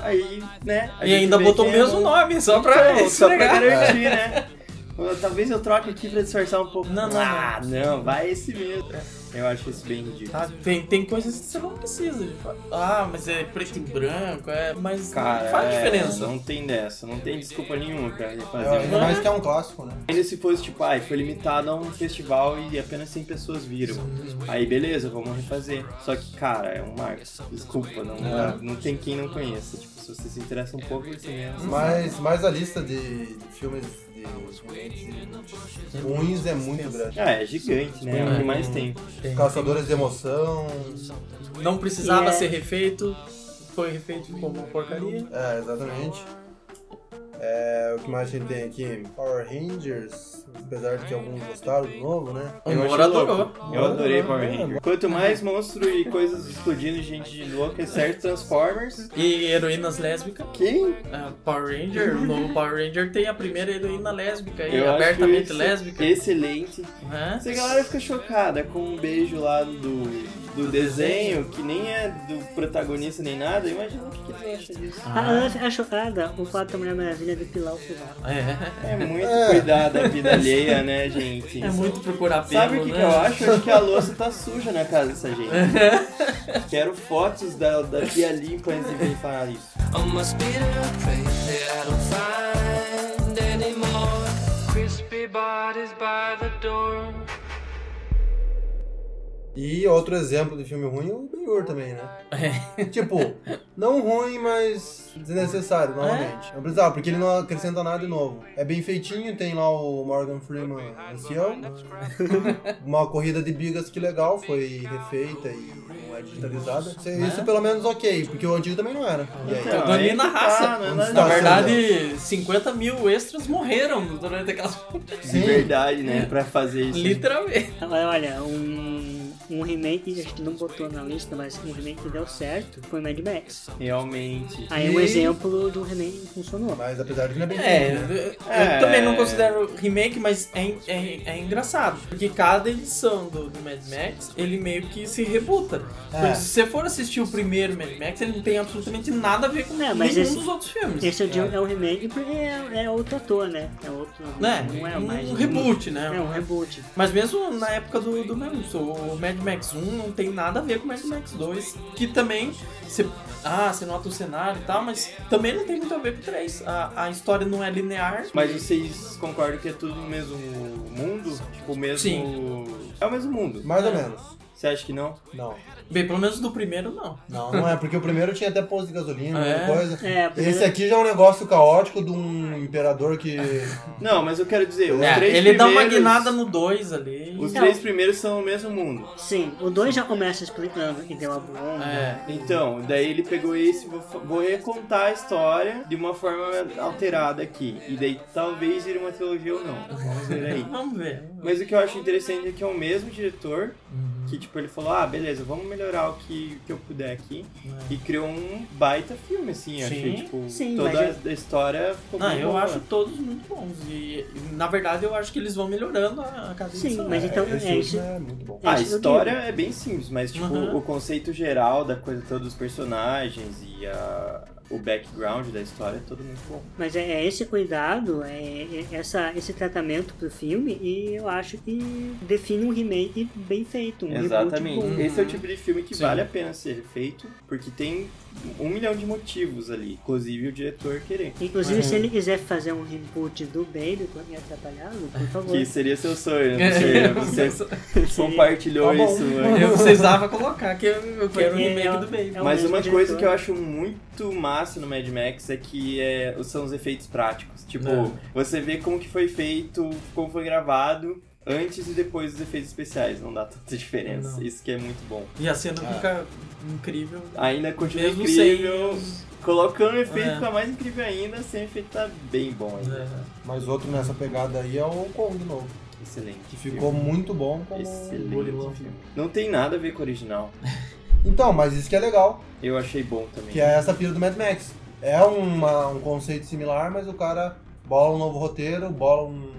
D: Aí, né? a
B: E
D: gente
B: ainda
D: vê
B: botou o
D: quem é
B: mesmo
D: bom.
B: nome, só pra.
D: Então, só pra
B: esfregar.
D: garantir, né? Talvez eu troque aqui pra disfarçar um pouco.
B: Não, não,
D: Ah, não, vai esse mesmo. Eu acho isso bem ridículo.
B: Tá? Tem, tem coisas que você não precisa. de fato. Ah, mas é preto e branco, é. Mas
D: Cara,
B: não faz
D: é,
B: diferença.
D: não tem dessa, não tem desculpa nenhuma pra
A: É,
D: refazer.
A: Ainda mais que é um clássico, né?
D: Ainda se fosse tipo, ai, foi limitado a um festival e apenas 100 pessoas viram. Aí beleza, vamos refazer. Só que, cara, é um marco. Desculpa,
B: É.
D: não, não, não tem quem não conheça. Tipo, se você se interessa um pouco, você conhece.
A: Mas, mas a lista de de filmes de de ruins é muito grande.
D: Ah, é gigante, né? É o que mais tem.
B: Tem.
A: Caçadores de emoção.
B: Não precisava
C: E é-
B: ser refeito. Foi refeito como uma porcaria.
A: É, exatamente. É, o que mais a gente tem aqui? Power Rangers, apesar de que alguns gostaram do novo, né?
B: O
D: Eu
B: Moura
D: achei louco.
B: adorou.
D: Eu adorei Power Ranger. Quanto mais monstro e coisas explodindo, gente louca, é certo? Transformers.
B: E heroínas lésbicas.
D: Quem?
B: Ah, Power Ranger, o novo Power Ranger tem a primeira heroína lésbica e
D: acho
B: abertamente
D: isso
B: lésbica.
D: Excelente.
B: né?
D: Essa galera fica chocada com um beijo lá do, do desenho, que nem é do protagonista nem nada. Imagina o que, que eles acham disso.
C: A
B: Ah,
C: Ana fica Ah, chocada o fato da Mulher Maravilha depilar o final.
B: É,
D: É muito cuidar da vida alheia, né, gente?
B: é muito procurar pelo,
D: Sabe o que,
B: né?
D: que eu acho? Eu Acho que a louça tá suja na casa dessa gente. Quero fotos da, da Pia Limpa antes de vir falar isso.
F: I must be the place that I don't find anymore. Crispy bodies by the door.
A: E outro exemplo de filme ruim é o Benhur também, né?
B: É.
A: Tipo, não ruim, mas desnecessário, novamente. Não precisava, porque ele não acrescenta nada de novo. É bem feitinho, tem lá o Morgan Freeman ancião. Uma corrida de bigas que legal, foi refeita e não é digitalizada. Isso, isso pelo menos ok, porque o antigo também não era. E aí?
D: Então,
B: Domina
D: aí que
B: a raça.
D: Tá, né?
A: Vamos
B: Na
A: Tá,
B: verdade, 50 mil extras morreram durante aquelas.
D: De verdade, né? Pra fazer isso.
B: Literalmente.
C: Agora, olha, um, um remake que a gente não botou na lista, mas um remake que deu certo foi Mad Max.
D: Realmente.
C: Aí é um
A: E-
C: exemplo do remake que funcionou.
A: Mas apesar de que ele é bem
B: É,
A: feito, né?
B: eu
D: É.
B: também não considero remake, mas é, é, é engraçado. Porque cada edição do, do Mad Max, ele meio que se rebuta.
A: É.
B: Se você for assistir o primeiro Mad Max, ele não tem absolutamente nada a ver com
C: Não,
B: nenhum
C: mas esse-
B: dos outros filmes.
C: Esse eu digo é um remake porque é, é outro ator, né? É outro.
B: né?
C: Não é
B: um
C: mais.
B: reboot, né?
C: É um reboot.
B: Mas mesmo na época do, do Mad Max, o Mad Max 1 não tem nada a ver com o Mad Max 2, que também você, ah, você nota o cenário e tal, mas também não tem muito a ver com o 3. A, a história não é linear.
D: Mas vocês concordam que é tudo no mesmo mundo? Tipo, o mesmo. É o mesmo mundo.
A: Mais ou menos.
D: Você acha que não?
A: Não.
B: Bem, pelo menos do primeiro não.
A: Não, não é, porque o primeiro tinha até posto de gasolina,
B: É.
A: coisa.
C: É, porque-
A: Esse aqui já é um negócio caótico de um imperador que.
D: Não, mas eu quero dizer, os
B: É,
D: três
B: ele dá uma
D: primeiros-
B: guinada no 2 ali.
D: Os
C: Não.
D: três primeiros são o mesmo mundo.
C: Sim, o 2 já começa explicando que deu a né? bomba.
B: É.
D: Então, daí ele pegou esse, vou, fa- vou recontar a história de uma forma alterada aqui. E daí talvez vire uma trilogia ou não. Vamos ver aí.
B: Vamos ver.
D: Mas o que eu acho interessante é que é o mesmo diretor,
B: Uhum.
D: que tipo, ele falou, ah, beleza, vamos melhorar o que, que eu puder aqui. E criou um baita filme, assim, eu
B: É. Sim.
D: achei, tipo,
C: Sim,
D: toda
C: mas
D: a história ficou
B: Não,
D: muito
B: eu
D: boa.
B: acho todos muito bons. E, e, na verdade, eu acho que eles vão melhorando a, né? a cada
C: Sim,
B: edição.
C: mas então é
A: Esse
C: isso.
A: filme é muito bom.
B: Ah,
C: é
D: A
C: isso que eu
D: história é bem simples, mas tipo,
B: Uhum.
D: o conceito geral da coisa toda dos personagens e a, o background da história é todo muito bom.
C: Mas é, é esse cuidado, é, é essa, esse tratamento pro filme, e eu acho que define um remake bem feito. Um reboot
D: Exatamente.
C: bom.
D: Esse é o tipo de filme que
B: Sim.
D: vale a pena ser feito, porque tem um milhão de motivos ali, inclusive o diretor querer.
C: Inclusive, se ele quiser fazer um reboot do Baby, pra me atrapalhá-lo, por favor.
D: Que seria seu sonho, né?
B: É,
D: Você,
B: eu-
D: você compartilhou
B: Tá bom.
D: isso, né?
A: É um
D: mano.
B: Eu precisava colocar que eu, eu quero o
C: Porque
B: remake
C: é o-
B: do Baby.
C: é o
D: Mas
C: mesmo
D: uma
C: diretor.
D: coisa que eu acho muito massa no Mad Max é que é, são os efeitos práticos. Tipo,
B: É.
D: você vê como que foi feito, como foi gravado, antes e depois dos efeitos especiais. Não dá tanta diferença.
B: Não.
D: Isso que é muito bom.
B: E a cena
A: Ah.
B: fica incrível.
D: Ainda continua
B: Mesmo
D: incrível.
B: sem os-
D: Colocando efeito
B: É.
D: fica mais incrível ainda, sem efeito tá bem bom ainda.
B: É.
A: Mas outro nessa pegada aí é o Kong novo,
D: Excelente.
A: que ficou muito bom como
D: Excelente
A: gorilão.
D: filme. Não tem nada a ver com o original.
A: Então, mas isso que é legal,
D: Eu achei bom também.
A: que é essa pira do Mad Max. É uma- um conceito similar, mas o cara bola um novo roteiro, bola um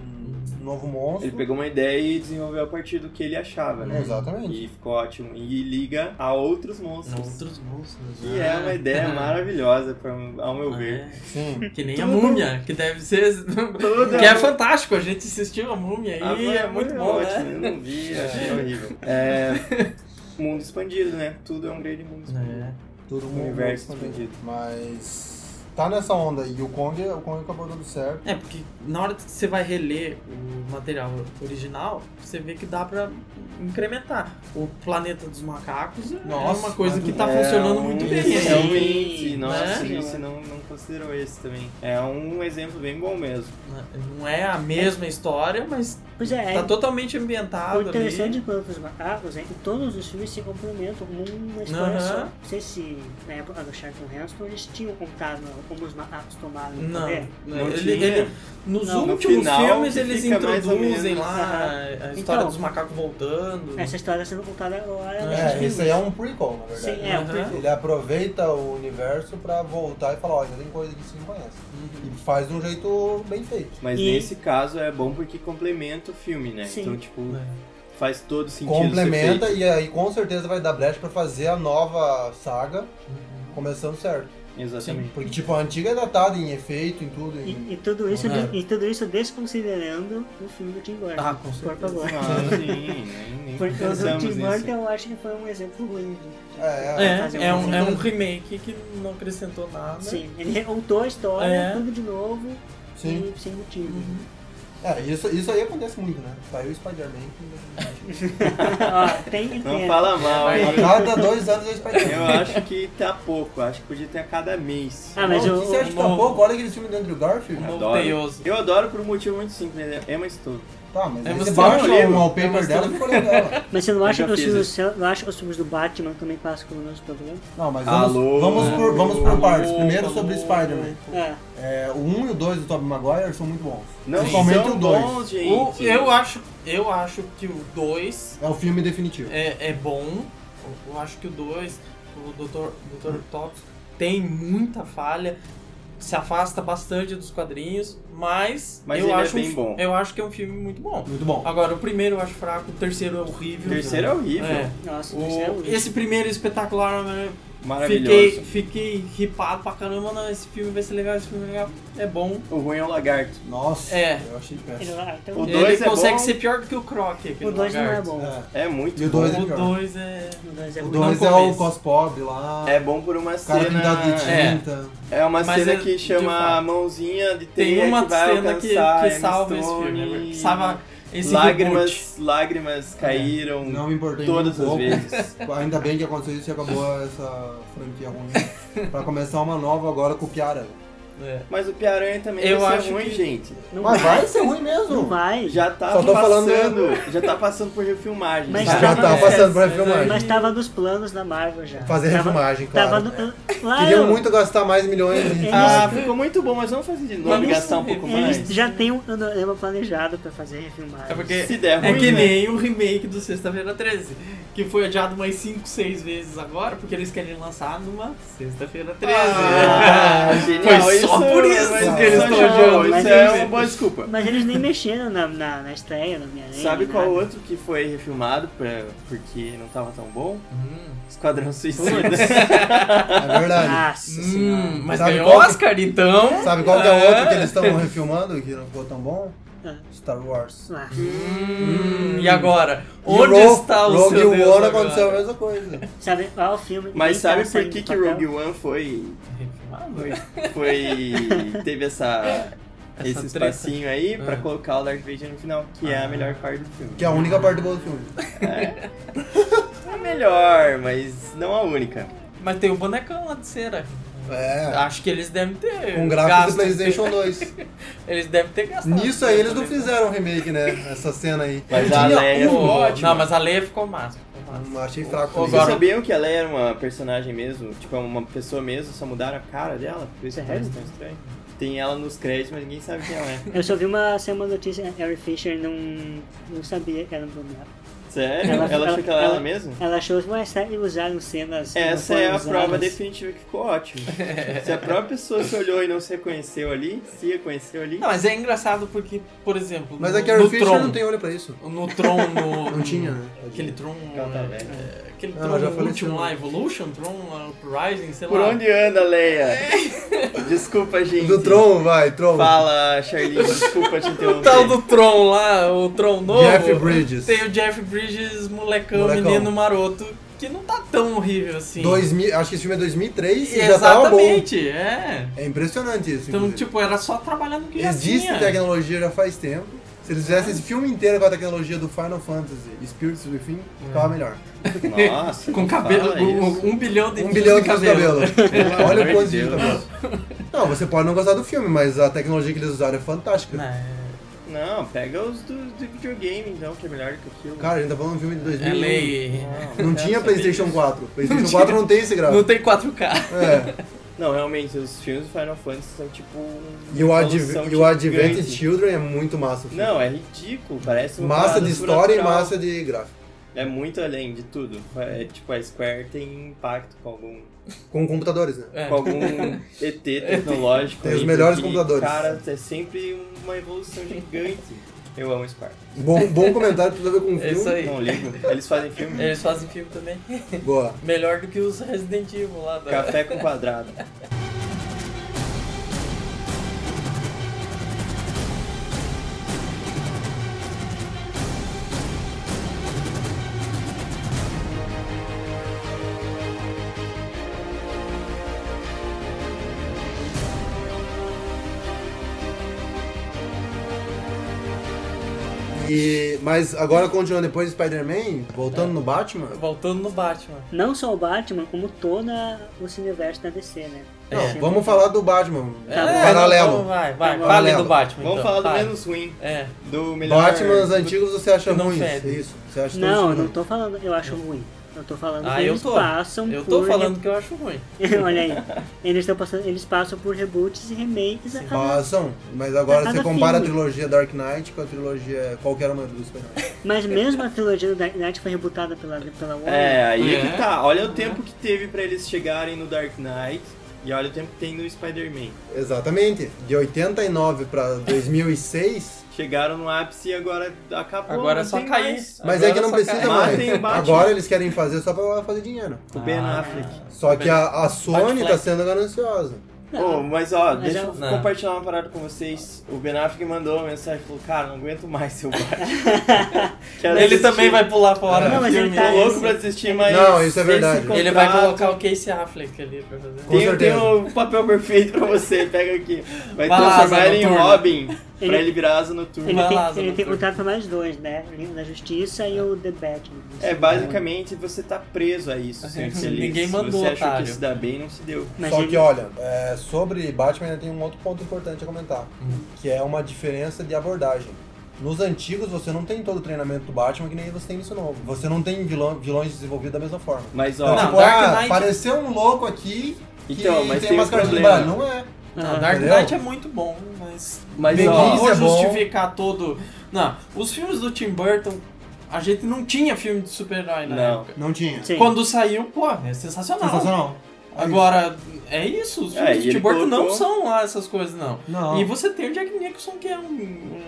A: novo monstro.
D: Ele pegou uma ideia e desenvolveu a partir do que ele achava, né?
A: Exatamente.
D: E ficou ótimo. E liga a outros monstros.
B: Outros monstros. né?
D: Que é uma ideia maravilhosa, pra, ao meu ver.
B: É.
A: Sim.
B: Que nem a
D: Tudo.
B: múmia, que deve ser.
D: Toda
B: Que é fantástico, a gente assistiu a múmia
D: Ah,
B: e
D: foi
B: é muito bom,
D: ótimo,
B: né?
D: Eu não vi, achei horrível. É, mundo expandido, né? Tudo é um grande mundo expandido.
A: Todo mundo
D: Universo
A: também.
D: expandido.
A: Mas tá nessa onda aí. E o Kong, o Kong acabou dando certo.
B: É, porque na hora que você vai reler o material original, você vê que dá pra incrementar. O Planeta dos Macacos
A: Nossa,
B: é uma coisa
A: mas
B: que tá
D: É
B: funcionando
D: um-
B: muito
D: sim,
B: bem. assim.
C: né?
D: Realmente, nossa,
B: Né?
D: você não, não considerou esse também. É um exemplo bem bom mesmo.
B: Não é a mesma história, mas
C: Pois é,
B: tá
C: é-
B: totalmente
C: o
B: ambientado
C: interessante
B: ali.
C: de Planeta dos Macacos é que todos os filmes se complementam numa história
B: Aham.
C: só. Não sei se na época do Shark Heston eles tinham contado como os macacos tomaram o
B: Não,
C: poder.
D: Não
B: É, ele,
D: tinha.
B: ele- nos
C: É. Não.
D: No
B: últimos
D: final,
B: filmes
D: que
B: eles
D: fica mais ou
B: introduzem
D: menos,
B: lá a história
C: Então, é,
B: dos macacos voltando.
C: Essa história sendo contada agora.
B: É,
C: nesses
A: É,
C: filmes.
A: isso aí é um prequel, na verdade.
C: Sim, é um
B: Aham.
C: prequel.
A: Ele aproveita o universo pra voltar e falar, ó, ainda tem coisa que se não conhece. E faz de um jeito bem feito.
D: Mas
C: E-
D: nesse caso é bom porque complementa o filme, né?
C: Sim.
D: Então, tipo,
B: É.
D: faz todo sentido. ser
A: Complementa
D: feito.
A: e aí com certeza vai dar brecha pra fazer a nova saga começando certo.
D: Exatamente.
A: Porque tipo, a antiga é datada em efeito, em tudo, em...
C: E, e tudo isso,
B: É.
C: e tudo isso desconsiderando o filme do Tim Burton.
B: Ah, com
C: por
B: certeza.
C: favor.
D: Ah, sim, nem, nem
C: Porque o do
D: pensamos
C: Tim
D: nisso.
C: Burton eu acho que foi um exemplo ruim. de-
A: É,
C: fazer
B: É, é um,
C: filme.
B: é um remake que não acrescentou
A: Né?
B: nada.
C: Sim, ele recontou a história,
B: É.
C: tudo de novo,
A: Sim.
C: e sem motivo.
A: É, isso, isso aí acontece muito, né? Saiu o Spider-Man.
C: Ó, tem que
D: Não
C: ter.
D: fala mal, hein?
A: A cada dois anos é o Spider-Man.
D: Eu acho que tá pouco, acho que podia ter a cada mês.
C: Ah, mas
A: Não,
C: o,
A: o que você acha que tá
B: o-
A: pouco? Olha aquele filme do Andrew Garfield.
B: Novo
D: Adoro.
B: Teioso.
D: Eu adoro por um motivo muito simples, né? Emma Stone.
A: Tá, mas
B: É
A: aí você
B: você
A: baixa
D: olhando.
A: o
B: É
A: wallpaper
B: você
A: dela e ficou legal.
C: mas você não
D: Eu
C: acha
D: já
C: que os
D: fiz
C: filmes, não acha que os filmes do Batman também passam pelo mesmo problema?
A: Não, mas vamos,
D: Alô?
A: vamos, por, vamos por
D: Alô?
A: partes. Primeiro
B: Alô?
A: sobre Spider-Man.
C: É.
A: É, o 1 e o 2 do Tobey Maguire são muito bons.
D: Não
A: Principalmente
D: são
A: o 2.
D: bons,
B: O-
D: gente.
B: eu, acho, eu acho que o 2
A: É o filme definitivo.
B: é, é bom. Eu acho que o 2, o Dr. Dr. Tops, tem muita falha. Se afasta bastante dos quadrinhos, mas,
D: Mas
B: eu
D: ele é
B: acho um
D: bem
B: fi-
D: bom.
B: eu acho que é um filme muito bom.
A: Muito bom.
B: Agora, o primeiro eu acho fraco, o terceiro é horrível.
D: O terceiro é horrível.
B: É.
C: Nossa,
B: O-
C: isso é ruim.
B: esse primeiro espetacular, né?
D: Maravilhoso.
B: fiquei, fiquei ripado pra caramba. Não, esse filme vai ser legal, esse filme é legal. É bom,
D: O ruim é o lagarto.
A: Nossa,
B: É.
A: eu achei
C: Ele-
A: péssimo.
C: ah, então-
D: O
B: Ele
D: dois é
B: consegue
D: bom.
B: ser pior do que o Croc. aquele
C: o 2 não é
B: lagarto.
C: bom.
A: É.
D: É muito
A: E o
D: bom.
A: dois é
B: O
A: pior.
B: 2 é.
C: O 2 é
A: O
C: ruim.
B: dois-
A: 2
B: não
A: é o
B: convence.
A: Cospob lá,
D: É bom por uma
A: o cara
D: cena.
A: pintado de
B: É.
A: tinta.
D: É uma
B: Mas
D: cena
B: é-
D: que
B: de
D: chama
B: fato.
D: a mãozinha de
B: Tem
D: teia
B: uma
D: é que vai
B: cena que,
D: alcançar
B: que
D: Emma
B: salva esse
D: Stone.
B: filme. né? Salva esse reboot. É.
D: lágrimas, lágrimas caíram
A: Não me importei
D: É. todas
A: nem um
D: as
A: pouco.
D: vezes.
A: Ainda bem que aconteceu isso e acabou essa franquia ruim. pra começar uma nova agora com o Kiara.
B: É.
D: Mas o Piaranha também
B: Eu
D: vai ser
B: acho
D: ruim,
B: que-
D: gente.
C: Não
A: Mas
C: vai.
A: vai ser ruim
C: Não
A: mesmo.
C: vai.
D: Já tá
A: Só tô falando-
D: passando. Já tá passando por refilmagem.
C: Mas
D: sabe?
A: Já
C: Tá,
A: tá
C: mas-
A: passando pra
B: mas-
A: refilmagem.
C: Mas tava nos planos da Marvel já.
A: Fazer
C: tava,
A: refilmagem,
C: Tava
A: claro.
C: no, lá
A: Queriam
C: eu-
A: muito gastar mais milhões.
C: É.
D: Ah, ficou muito bom, mas vamos fazer de novo
B: Mas
D: e
B: não
D: gastar um
B: sei,
D: pouco mais.
C: Eles já tem um panorama planejado pra fazer refilmagem.
B: É porque
D: Se der
B: é
D: ruim,
B: que
D: né?
B: nem o remake do Sexta-feira 13, que foi adiado mais 5, 6 vezes agora, porque eles querem lançar numa Sexta-feira 13.
D: Ah, genial,
B: foi só por isso
D: mas
B: que eles
D: isso
B: estão
D: já-
B: adiando,
D: Isso
C: mas
D: é
C: eles-
D: uma boa desculpa.
C: Mas eles nem mexeram na, na, na estreia do Homem-Aranha.
B: né?
D: Sabe
C: nem
D: qual
C: nada.
D: outro que foi refilmado pra, porque não tava tão bom?
B: Hum.
D: Esquadrão Suicida.
C: Putz.
A: É verdade.
C: Nossa senhora.
B: Hum, mas
A: Sabe
B: ganhou
A: qual que-
B: Oscar, então.
A: Sabe qual que é o outro que eles estão refilmando que não ficou tão bom?
C: Ah.
A: Star Wars.
C: Ah,
B: Hum, e agora?
A: E
B: Onde
A: Ro-
B: está o
A: Rogue
B: seu
A: One
B: Deus agora?
A: aconteceu a mesma coisa.
C: Sabe qual é filme?
D: Mas
C: nem
D: sabe
C: tá
D: por
C: saindo
D: que,
C: do
D: que
C: papel?
D: Rogue One foi.
B: Ah,
D: foi teve essa.
B: Essa
D: esse
B: treta.
D: espacinho aí pra
B: Ah.
D: colocar o Darth Vader no final, que é a melhor parte do filme.
A: Que é a única parte boa do filme.
D: É a melhor, mas não a única.
B: Mas tem o bonecão lá de cera.
A: É.
B: Acho que eles devem ter.
A: Com gráfico
B: Ah, gasto.
A: do PlayStation 2.
B: Eles devem ter gastado.
A: Nisso aí eles não fizeram remake, né? Essa cena aí.
D: Mas a Leia
B: Pô,
D: ficou ótima.
B: não, mas a Leia ficou massa. ficou massa.
A: Hum, Achei fraco.
B: é Ô,
A: isso.
D: Vocês
B: Agora-
D: sabiam que ela era uma personagem mesmo? Tipo, é uma pessoa mesmo, só mudaram a cara dela? Por isso que
C: Sério?
D: parece tão estranho. Tem ela nos créditos, mas ninguém sabe quem ela é.
C: Eu só vi uma, saiu uma notícia, a Harry Fisher não, não sabia que era um boneco.
D: Sério? Ela, achou que ela era ela mesmo?
C: Ela achou, ué, sério, usaram cenas. que não
D: Essa
C: foram
D: é a
C: usadas."
D: prova definitiva que ficou ótimo. se a própria pessoa se olhou e não se reconheceu ali, se reconheceu ali.
B: Não, mas é engraçado porque, por exemplo,
A: Mas
B: no,
A: é que Carrie
B: no
A: Fisher
B: Tron,
A: não tem olho pra isso.
B: no Tron, no...
A: Não tinha, né?
B: Aquele Tron...
D: Ela tá
B: é,
D: velha.
B: é, aquele
A: Ela
B: Tron
A: já faleceu.
B: último lá, Evolution, Tron uh, Rising, sei
D: Por
B: lá.
D: onde anda, Leia? Desculpa, gente.
A: Do Tron, vai, Tron.
D: Fala, Charlie, desculpa te
B: O tal
D: interromper.
B: do Tron lá, o Tron novo.
A: Jeff Bridges.
B: Tem o Jeff Bridges, molecão,
A: Molecão.
B: menino maroto, que não tá tão horrível assim.
A: 2000, acho que esse filme é 2003 e já tava bom.
B: Exatamente, é.
A: É impressionante isso.
B: Então,
A: inclusive.
B: tipo, era só trabalhando com
A: Existe
B: criancinha.
A: tecnologia já faz tempo. Se eles fizessem esse filme inteiro com a tecnologia do Final Fantasy e Spirits Within,
B: É.
A: ficava melhor.
D: Nossa,
B: Com
D: não
B: cabelo,
D: fala isso.
B: um, um bilhão de
A: Um
B: fios
A: bilhão
B: de
A: de fios de cabelo. Olha o
D: amor
A: quanto
D: de
A: de
D: Deus.
A: cabelo. Não, você pode não gostar do filme, mas a tecnologia que eles usaram é fantástica.
B: Não, é-
D: Não, pega os do, do videogame então, que é melhor que Ah, aquilo.
A: Cara, a gente tá falando de um filme de 2000.
B: É lei. é
D: Não,
A: Não
D: quero
A: tinha
D: saber
A: PlayStation
D: disso.
A: 4. PlayStation 4 não tem esse
B: Não
A: gráfico.
B: tem 4K.
A: É.
D: Não, realmente, os filmes do Final Fantasy são tipo. um-
A: E o,
D: uma
A: Adv
D: evolução
A: e o Advented
D: gigante.
A: Children é muito massa. o filme.
D: Não, é ridículo, parece um uma
A: Massa
D: parada
A: de história e
D: sobrenatural.
A: massa de gráfico.
D: É muito além de tudo. É, tipo, a Square tem impacto com algum,
A: Com computadores, né?
B: É.
D: com algum ET tecnológico.
A: Tem os
D: aí,
A: melhores
D: porque,
A: computadores.
D: Cara, é sempre uma evolução gigante. Eu amo Square.
A: Bom, bom comentário, tudo a ver com o
B: É
A: filme.
B: isso aí.
D: Não ligo. Eles fazem filme.
B: Eles fazem filme também.
A: Boa.
B: Melhor do que os Resident Evil lá da.
D: Café com quadrado.
B: Então,
A: E, mas agora continuando depois do Spider-Man, voltando no Batman.
B: Voltando no Batman.
C: Não só o Batman, como todo o universo da DC, né?
A: Não,
C: É.
A: vamos falar do Batman. Um
B: É,
A: paralelo.
B: não, vai, vai.
C: Paralelo.
B: Fale do Batman.
D: Vamos
B: então,
D: falar do
B: vai.
D: menos ruim.
B: É.
D: Do melhor.
A: Batman antigos você acha
B: que não
A: ruim?
B: fede.
A: Isso. Você acha
C: Não,
A: todos
C: eu não
A: ruins.
C: tô falando, eu acho ruim. Eu tô falando
B: Ah,
C: que
B: eu
C: eles
B: tô.
C: passam
B: Eu tô
C: por.
B: falando que eu acho ruim.
C: Olha aí. Eles estão passando. Eles passam por reboots e remakes Ah, a cada
A: Passam, mas agora
C: Cada
A: você compara
C: filme.
A: a trilogia Dark Knight com a trilogia qualquer uma dos super
C: Mas mesmo a trilogia do Dark Knight foi rebutada pela, pela Warner.
D: É, aí é
B: É.
D: que tá. Olha o tempo que teve pra eles chegarem no Dark Knight. E olha o tempo que tem no Spider-Man.
A: Exatamente. De 89 pra 2006,
D: Chegaram no ápice e agora acabou.
B: Agora é
D: não
B: só
D: tem
B: cair.
D: mais.
A: mas
B: Agora
A: é que não
B: só
A: precisa
B: cai.
D: Matem
A: mais.
D: o Batman.
A: Agora eles querem fazer só pra fazer dinheiro.
D: O Ben
B: Ah.
D: Affleck.
B: Tá
A: Só que a, a Sony
B: Batfleck.
A: tá sendo gananciosa.
D: Ô, mas ó,
C: Mas
D: deixa
C: é-
D: eu
B: Não.
D: compartilhar uma parada com vocês. O Ben Affleck mandou uma mensagem e falou: Cara, não aguento mais seu Batman. Quero
B: Ele
D: desistir.
B: também vai pular fora.
C: Não,
B: do
C: mas ele
B: filme.
C: tá-
D: Tô louco pra desistir, mas.
A: Não, isso é
D: esse
A: verdade.
D: contrato-
B: Ele vai colocar o Casey Affleck ali pra fazer.
A: Com
D: Tem, tem
A: certeza.
D: o papel perfeito pra você, pega aqui.
B: Vai
D: Vai
B: lá,
D: transformar
B: Asa
D: ele em
B: Noturna.
D: Robin. Pra ele virar asa noturna.
C: Ele
B: Vai
C: tem,
B: lá, Zé
C: ele tem
B: Doutor.
C: contrato pra mais dois, né? O Liga da Justiça e o The Batman.
D: É, basicamente você tá preso a
C: Uhum.
D: isso.
B: Assim,
D: ser infeliz.
B: ninguém mandou,
D: Você achou que
B: otário.
D: ia se dar bem não se deu.
C: Mas
A: Só
C: ele-
A: que olha, é, sobre Batman ainda tem um outro ponto importante a comentar,
D: Hum.
A: que é uma diferença de abordagem. Nos antigos você não tem todo o treinamento do Batman que nem você tem isso novo. Você não tem vilão- vilões desenvolvidos da mesma forma.
D: Mas
A: Então,
D: ó,
B: Não,
A: tipo,
B: Dark
A: ah,
B: Knight-
A: apareceu um louco aqui que
D: Então, mas
A: tem,
D: tem um
A: umas cartinhas de
D: problema.
A: baralho. Não é.
B: Não,
C: Ah,
B: Dark
A: entendeu?
B: Knight é muito bom, mas.
D: Mas,
B: Bem,
D: ó,
B: não vou
A: isso é bom.
B: justificar todo. Não, os filmes do Tim Burton, a gente não tinha filme de super-herói na
D: Não.
B: época.
A: Não tinha.
C: Sim.
B: Quando saiu, pô, é sensacional.
A: Sensacional.
B: Agora, é isso, os
D: É,
B: filmes
D: e
B: do Tim
D: ele
B: Burton não
D: colocou-
B: são lá essas coisas, não.
A: Não.
B: E você tem o Jack Nicholson, que é um, um,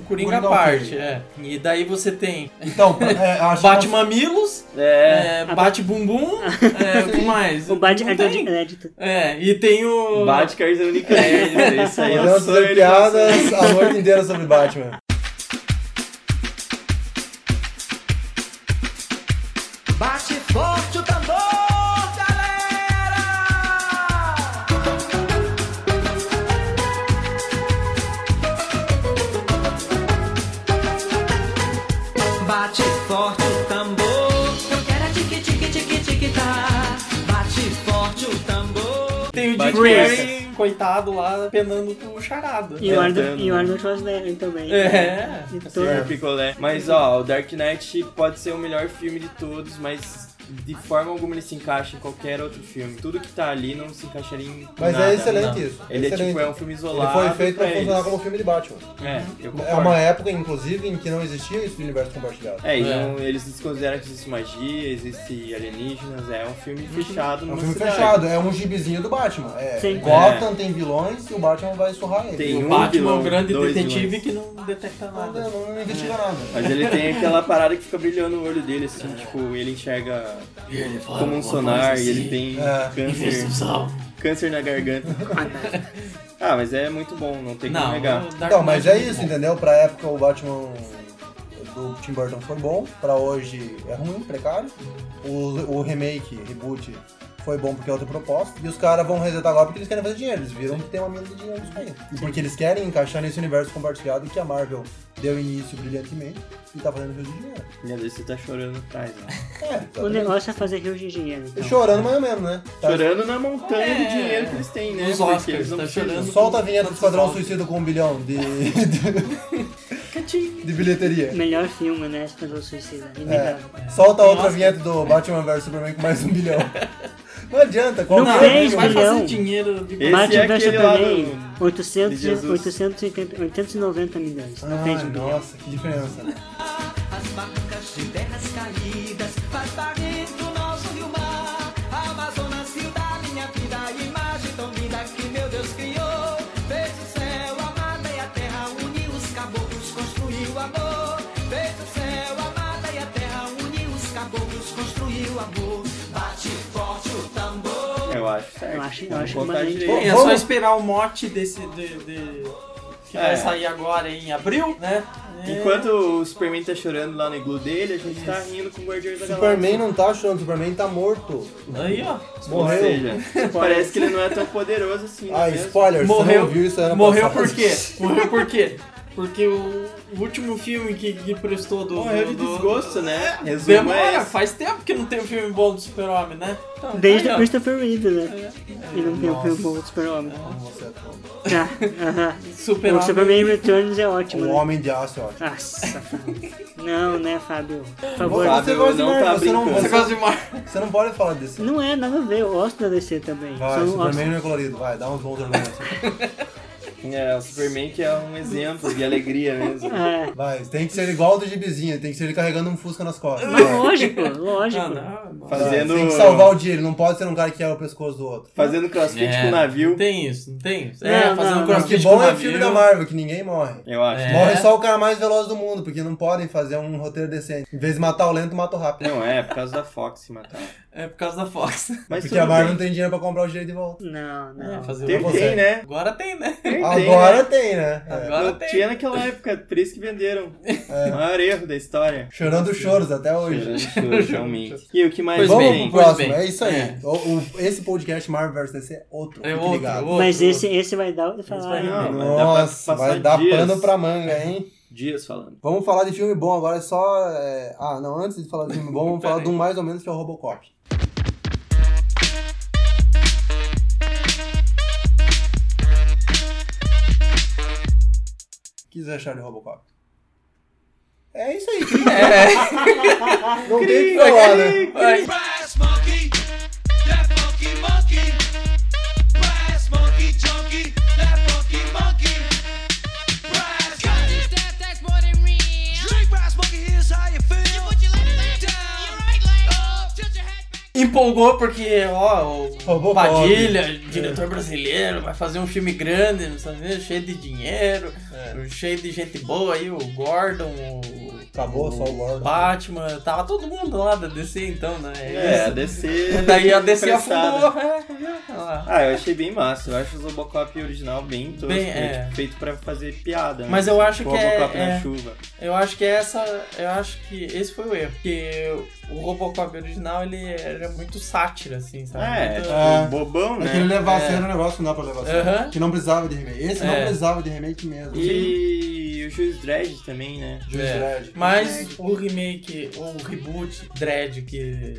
B: um
A: Coringa
B: coringa à
A: ok.
B: parte, é. E daí você tem
A: Então, é, acho que
B: Bate Mamilos,
D: é.
B: é, Bate Bumbum, é, o que mais?
C: O Batman é
B: Não
C: dor de
B: tem.
C: crédito.
B: É, e tem o.
D: Bate cards unicred, isso aí é
A: Podemos
D: um eu sou
A: fazer
D: ele. você-
A: piadas a noite inteira sobre Batman.
E: Bate forte o tambor, galera! Bate forte o tambor. Eu quero é tique tique tique tique tá. Bate forte o tambor.
B: Tem o Jim
D: Bate
B: Carrey, coitado lá, penando pro charada.
C: E o
D: É,
C: Arnold
D: entendo,
C: e o
D: né?
C: Arnold Schwarzenegger também.
B: É.
C: E todo-
D: Senhor Picolé. Mas ó, o Dark Knight pode ser o melhor filme de todos, mas de forma alguma ele se encaixa em qualquer outro filme. Tudo que tá ali não se encaixaria em
A: Mas
D: nada,
A: é excelente
D: não.
A: isso.
D: Ele é
A: excelente.
D: tipo, é um filme
A: Ele
D: isolado.
A: foi feito pra
D: pra
A: funcionar
D: eles.
A: como filme de Batman.
D: É, eu concordo.
A: É uma época, inclusive, em que não existia isso de universo compartilhado.
D: É, e
B: É.
D: não- eles desconsideram que existe magia, existe alienígenas, é um filme fechado
A: É
D: numa
A: um filme
D: cidade.
A: fechado, é um gibizinho do Batman. É,
C: Sim.
A: Gotham tem vilões e o Batman vai surrar ele.
D: Tem
B: E
D: um
B: o Batman é
D: vilão,
B: um grande
D: dois
B: detetive
D: vilões.
B: que não detecta
A: Não,
B: nada.
A: não, não investiga nada.
D: Mas ele tem aquela parada que fica brilhando o olho dele, assim, tipo, ele enxerga como um sonar e
B: assim.
D: ele tem
A: É.
D: câncer, câncer na garganta. ah, mas é muito bom, não tem como
B: tá. Não,
D: negar.
B: o Dark
A: Então, mas
B: Knight
A: é isso,
B: muito bom.
A: entendeu? Pra época o Batman do Tim Burton foi bom, pra hoje é ruim, precário. O, o remake, reboot, foi bom porque é outra proposta. E os caras vão resetar agora porque eles querem fazer dinheiro. Eles viram que tem uma mina de dinheiro nisso aí. E porque eles querem encaixar nesse universo compartilhado que a Marvel deu início brilhantemente e tá fazendo rios de dinheiro.
D: Minha Deus, você tá chorando atrás, né?
A: É, tá
C: O negócio é fazer rio de dinheiro. então.
A: Chorando mais ou menos, né? Tá-
D: Chorando na montanha
B: É.
D: de dinheiro que eles têm, né?
B: Nos
D: Porque
B: Oscars,
D: eles não
B: tá
D: precisam.
B: chorando.
A: Solta a vinheta do Esquadrão Suicida com um bilhão de, de, de bilheteria.
C: Melhor filme, né? Esquadrão Suicida. Inegável.
A: Solta a outra vinheta do Batman vs Superman com mais um bilhão. Não adianta, qual
C: Não
B: Não,
A: que é?
C: fez,
B: ele vai
C: bilhão.
B: fazer dinheiro de
D: Esse
C: Batman
D: é
C: vs
D: aquele lá
C: Superman,
D: do-
C: 800,
D: de Jesus.
C: 880, 890 milhões. Não fez um
A: Ai,
C: bilhão.
A: nossa, que diferença.
E: As barcas de terras caídas faz barrento o nosso rio mar. Amazonas, rio da minha vida, imagem tão linda que meu Deus criou. Fez o céu, a mata e a terra, uniu os caboclos, construiu o amor. Fez o céu, a mata e a terra, uniu os caboclos, construiu o amor. Bate forte o tambor.
D: Eu acho, certo.
C: Eu acho- eu
D: Vamos
C: acho
D: contar
C: uma-
D: direito.
B: É só
A: Vamos.
B: esperar o mote desse. De, de- que
D: É.
B: vai sair agora em abril, né? É.
D: Enquanto o Superman tá chorando lá no iglu dele, a gente tá rindo com o Guardiões da Galáxia.
A: Superman não tá chorando, Superman tá morto.
B: Aí, ó.
D: Ou
A: Morreu.
D: seja, parece que ele não é tão poderoso assim, não é
A: Ah,
D: mesmo?
A: spoiler, você não
B: Morreu.
A: viu isso ano
B: Morreu
A: passado.
B: por quê? Morreu por quê? Porque o o último filme que, que prestou do.
D: Morreu de
B: do- do-
D: desgosto, né? Resumo é
B: Demora,
D: esse.
B: faz tempo que não tem um filme bom do Super-Homem, né? Então,
C: Desde
B: aí,
C: o
B: ó.
C: Christopher Reeve, né? E não tem o filme bom do Super-Homem.
A: é
C: Tá, aham. O Superman
B: Super-Homem.
C: Returns é ótimo,
A: O
C: né?
A: Homem de Aço, ó.
C: Nossa, Fábio. Não, né, Fábio? Por favor.
D: Fábio.
A: Você gosta de
D: não
A: Marvel,
D: tá
A: você, não,
D: brincando.
B: Você
A: você,
B: gosta de Marvel?
A: você não pode falar disso.
C: Não é, nada a ver. Eu gosto da DC também.
A: Vai,
C: Só não gosto-
A: Superman não é colorido, vai, dá uns bons assim. argumentos.
D: É, o Superman que é um exemplo de alegria mesmo.
C: É.
A: Vai, tem que ser igual ao do gibizinho, tem que ser ele carregando um fusca nas costas.
C: Mas
A: vai.
C: lógico, lógico.
B: Ah, não.
A: Vai,
D: Fazendo,
A: Tem que salvar o dia, ele não pode ser um cara que é o pescoço do outro.
D: fazendo crossfit
B: É.
D: com o navio,
B: Não tem isso, não tem isso.
C: Não,
B: É,
C: não,
B: fazendo
C: não.
A: Mas que
B: crossfit
A: bom
B: com
A: é
B: navio.
A: filme da Marvel, que ninguém morre.
D: eu acho.
B: É.
A: Morre só o cara mais veloz do mundo, porque não podem fazer um roteiro decente. Em vez de matar o lento, mata o rápido.
D: Não, é, por causa da Fox se matar.
B: É por causa da Fox.
D: Mas
A: Porque
D: tudo
A: a Marvel não
D: bem.
A: tem dinheiro pra comprar Ah, o direito de volta.
C: Não, não.
B: É, fazer
D: Tem,
B: o...
A: Você.
D: tem, né?
B: Agora tem, né?
A: Ah,
D: tem,
A: Agora
D: né?
A: tem, né? É.
B: Agora
D: Não
B: tem.
D: tinha naquela época, por isso que venderam. O maior erro da história.
A: Chorando choros até
D: Chorando
A: hoje.
D: choro, realmente. E o que mais
B: Pois
A: Vamos
B: bem,
D: vem?
A: pro próximo,
B: pois bem.
A: é isso aí.
B: É.
A: O- o- esse podcast Marvel vs DC é outro.
B: É
A: fique
B: outro,
A: ligado.
B: outro.
C: Mas esse, esse vai dar o que
B: vai
C: falar.
B: dar.
C: né?
D: Não, mas dá pra
A: Nossa,
D: passar
A: vai dar
D: dias.
A: pano pra manga, hein?
D: Dias falando.
A: Vamos falar de filme bom agora, é só. é, Ah, não, antes de falar de filme bom, vamos falar de um mais ou menos que é o Robocop. O que vocês acharam de Robocop? É isso aí. Não tem o que falar, né?
B: Vai.
E: Brass monkey, that funky monkey. Brass monkey, chunky, that funky monkey. Brass monkey.
J: that's more than real.
E: Drink brass monkey, here's how you feel.
J: Put your left leg
E: Down.
J: down, your right leg up, tilt your head back.
B: Empolgou porque, ó, o
A: Robocop.
B: Padilha, diretor brasileiro, vai fazer um filme grande, não sabe, cheio de dinheiro,
A: É.
B: cheio de gente boa aí, o Gordon, o.
A: Acabou, só o Lord.
B: Batman, tava todo mundo lá da DC então, né?
D: É, Tá a
B: Isso.
D: DC.
B: Daí a DC
D: apressada.
B: afundou. é, é, olha lá.
D: Ah, eu achei bem massa. Eu acho o Robocop original bem tosco,
B: Bem,
D: né?
B: é.
D: Tipo, feito pra fazer piada. né?
B: Mas eu acho
D: Tipo,
B: que é-
D: Robocop
B: é.
D: na chuva.
B: Eu acho que essa. Eu acho que esse foi o erro. Porque o Robocop original ele era muito sátira, assim, sabe?
D: É,
B: Muito-
D: tipo,
A: É.
D: bobão,
A: É que ele
D: né?
A: levar a cena no negócio que não dá pra levar a cena.
B: Aham.
A: Que não precisava de remake. Esse não
B: É.
A: precisava de remake mesmo.
D: E o Juiz Dredd também, né?
A: Juiz
B: É.
A: Dredd.
B: Mas o remake, ou o reboot, Dread, que,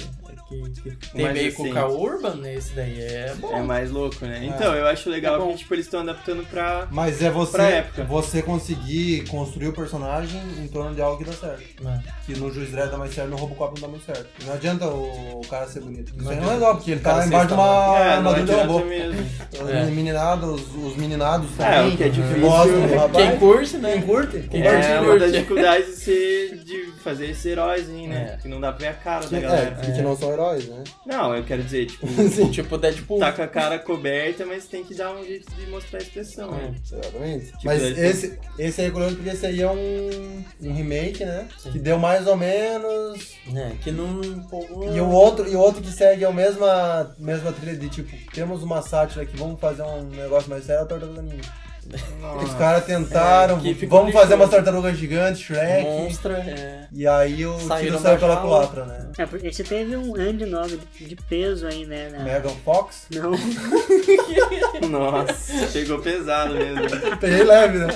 B: que, que teve
D: Mais
B: aí com o
D: recente.
B: K Urban, esse daí é bom.
D: É mais louco, né? Então, eu acho
B: É
D: legal
B: bom.
D: que tipo, eles estão adaptando pra.
A: Mas é você,
D: Pra época.
A: você conseguir construir o personagem em torno de algo que dá
D: É.
A: certo.
B: Né?
A: Que no Juiz Dredd dá mais certo, no Robocop não dá muito certo. Não adianta o cara ser bonito. Isso
B: Não
A: aí não
B: adianta.
A: é legal, porque ele
B: O cara
A: tá
B: ser
A: embaixo de uma
D: é, não
A: armadura de
D: adianta
A: robô.
D: mesmo.
A: Os
B: É.
A: meninados, os meninados
D: É,
A: também,
D: o que é
A: que
D: difícil.
A: gostam do
B: Quem
A: rapaz.
B: curte, né?
A: curte,
D: É,
A: compartilha.
D: uma das
B: Curte.
D: dificuldades de, ser, de fazer esse heróizinho, né? Que não dá pra ver a cara
A: Que-
D: da galera.
A: é, que não são heróis, né?
D: Não, eu quero dizer, tipo,
A: Sim.
B: Tipo Deadpool.
D: tá com a cara coberta, mas tem que dar um jeito de mostrar a expressão, né?
A: Exatamente.
B: Tipo
A: Mas
D: eles-
A: esse, esse aí é curioso porque esse aí é um, um remake, né? Que deu mais ou menos.
B: né? Que não empolgou.
A: E o outro, e o outro que segue é a mesma, mesma trilha de tipo, temos uma sátira aqui, vamos fazer um negócio mais sério, é a tartaruga ninja. Os caras tentaram,
B: É, que ficou
A: vamos fazer uma
B: perigoso.
A: tartaruga gigante, Shrek.
B: Monstra, é.
A: E aí o tiro
B: Saíram
A: saiu
B: da
A: pela
B: jaula.
A: culatra, né?
C: É, porque esse teve um ano de novo de peso aí, né? na-
A: Megan Fox.
C: Não,
D: Nossa, chegou pesado mesmo.
A: Peguei leve, né?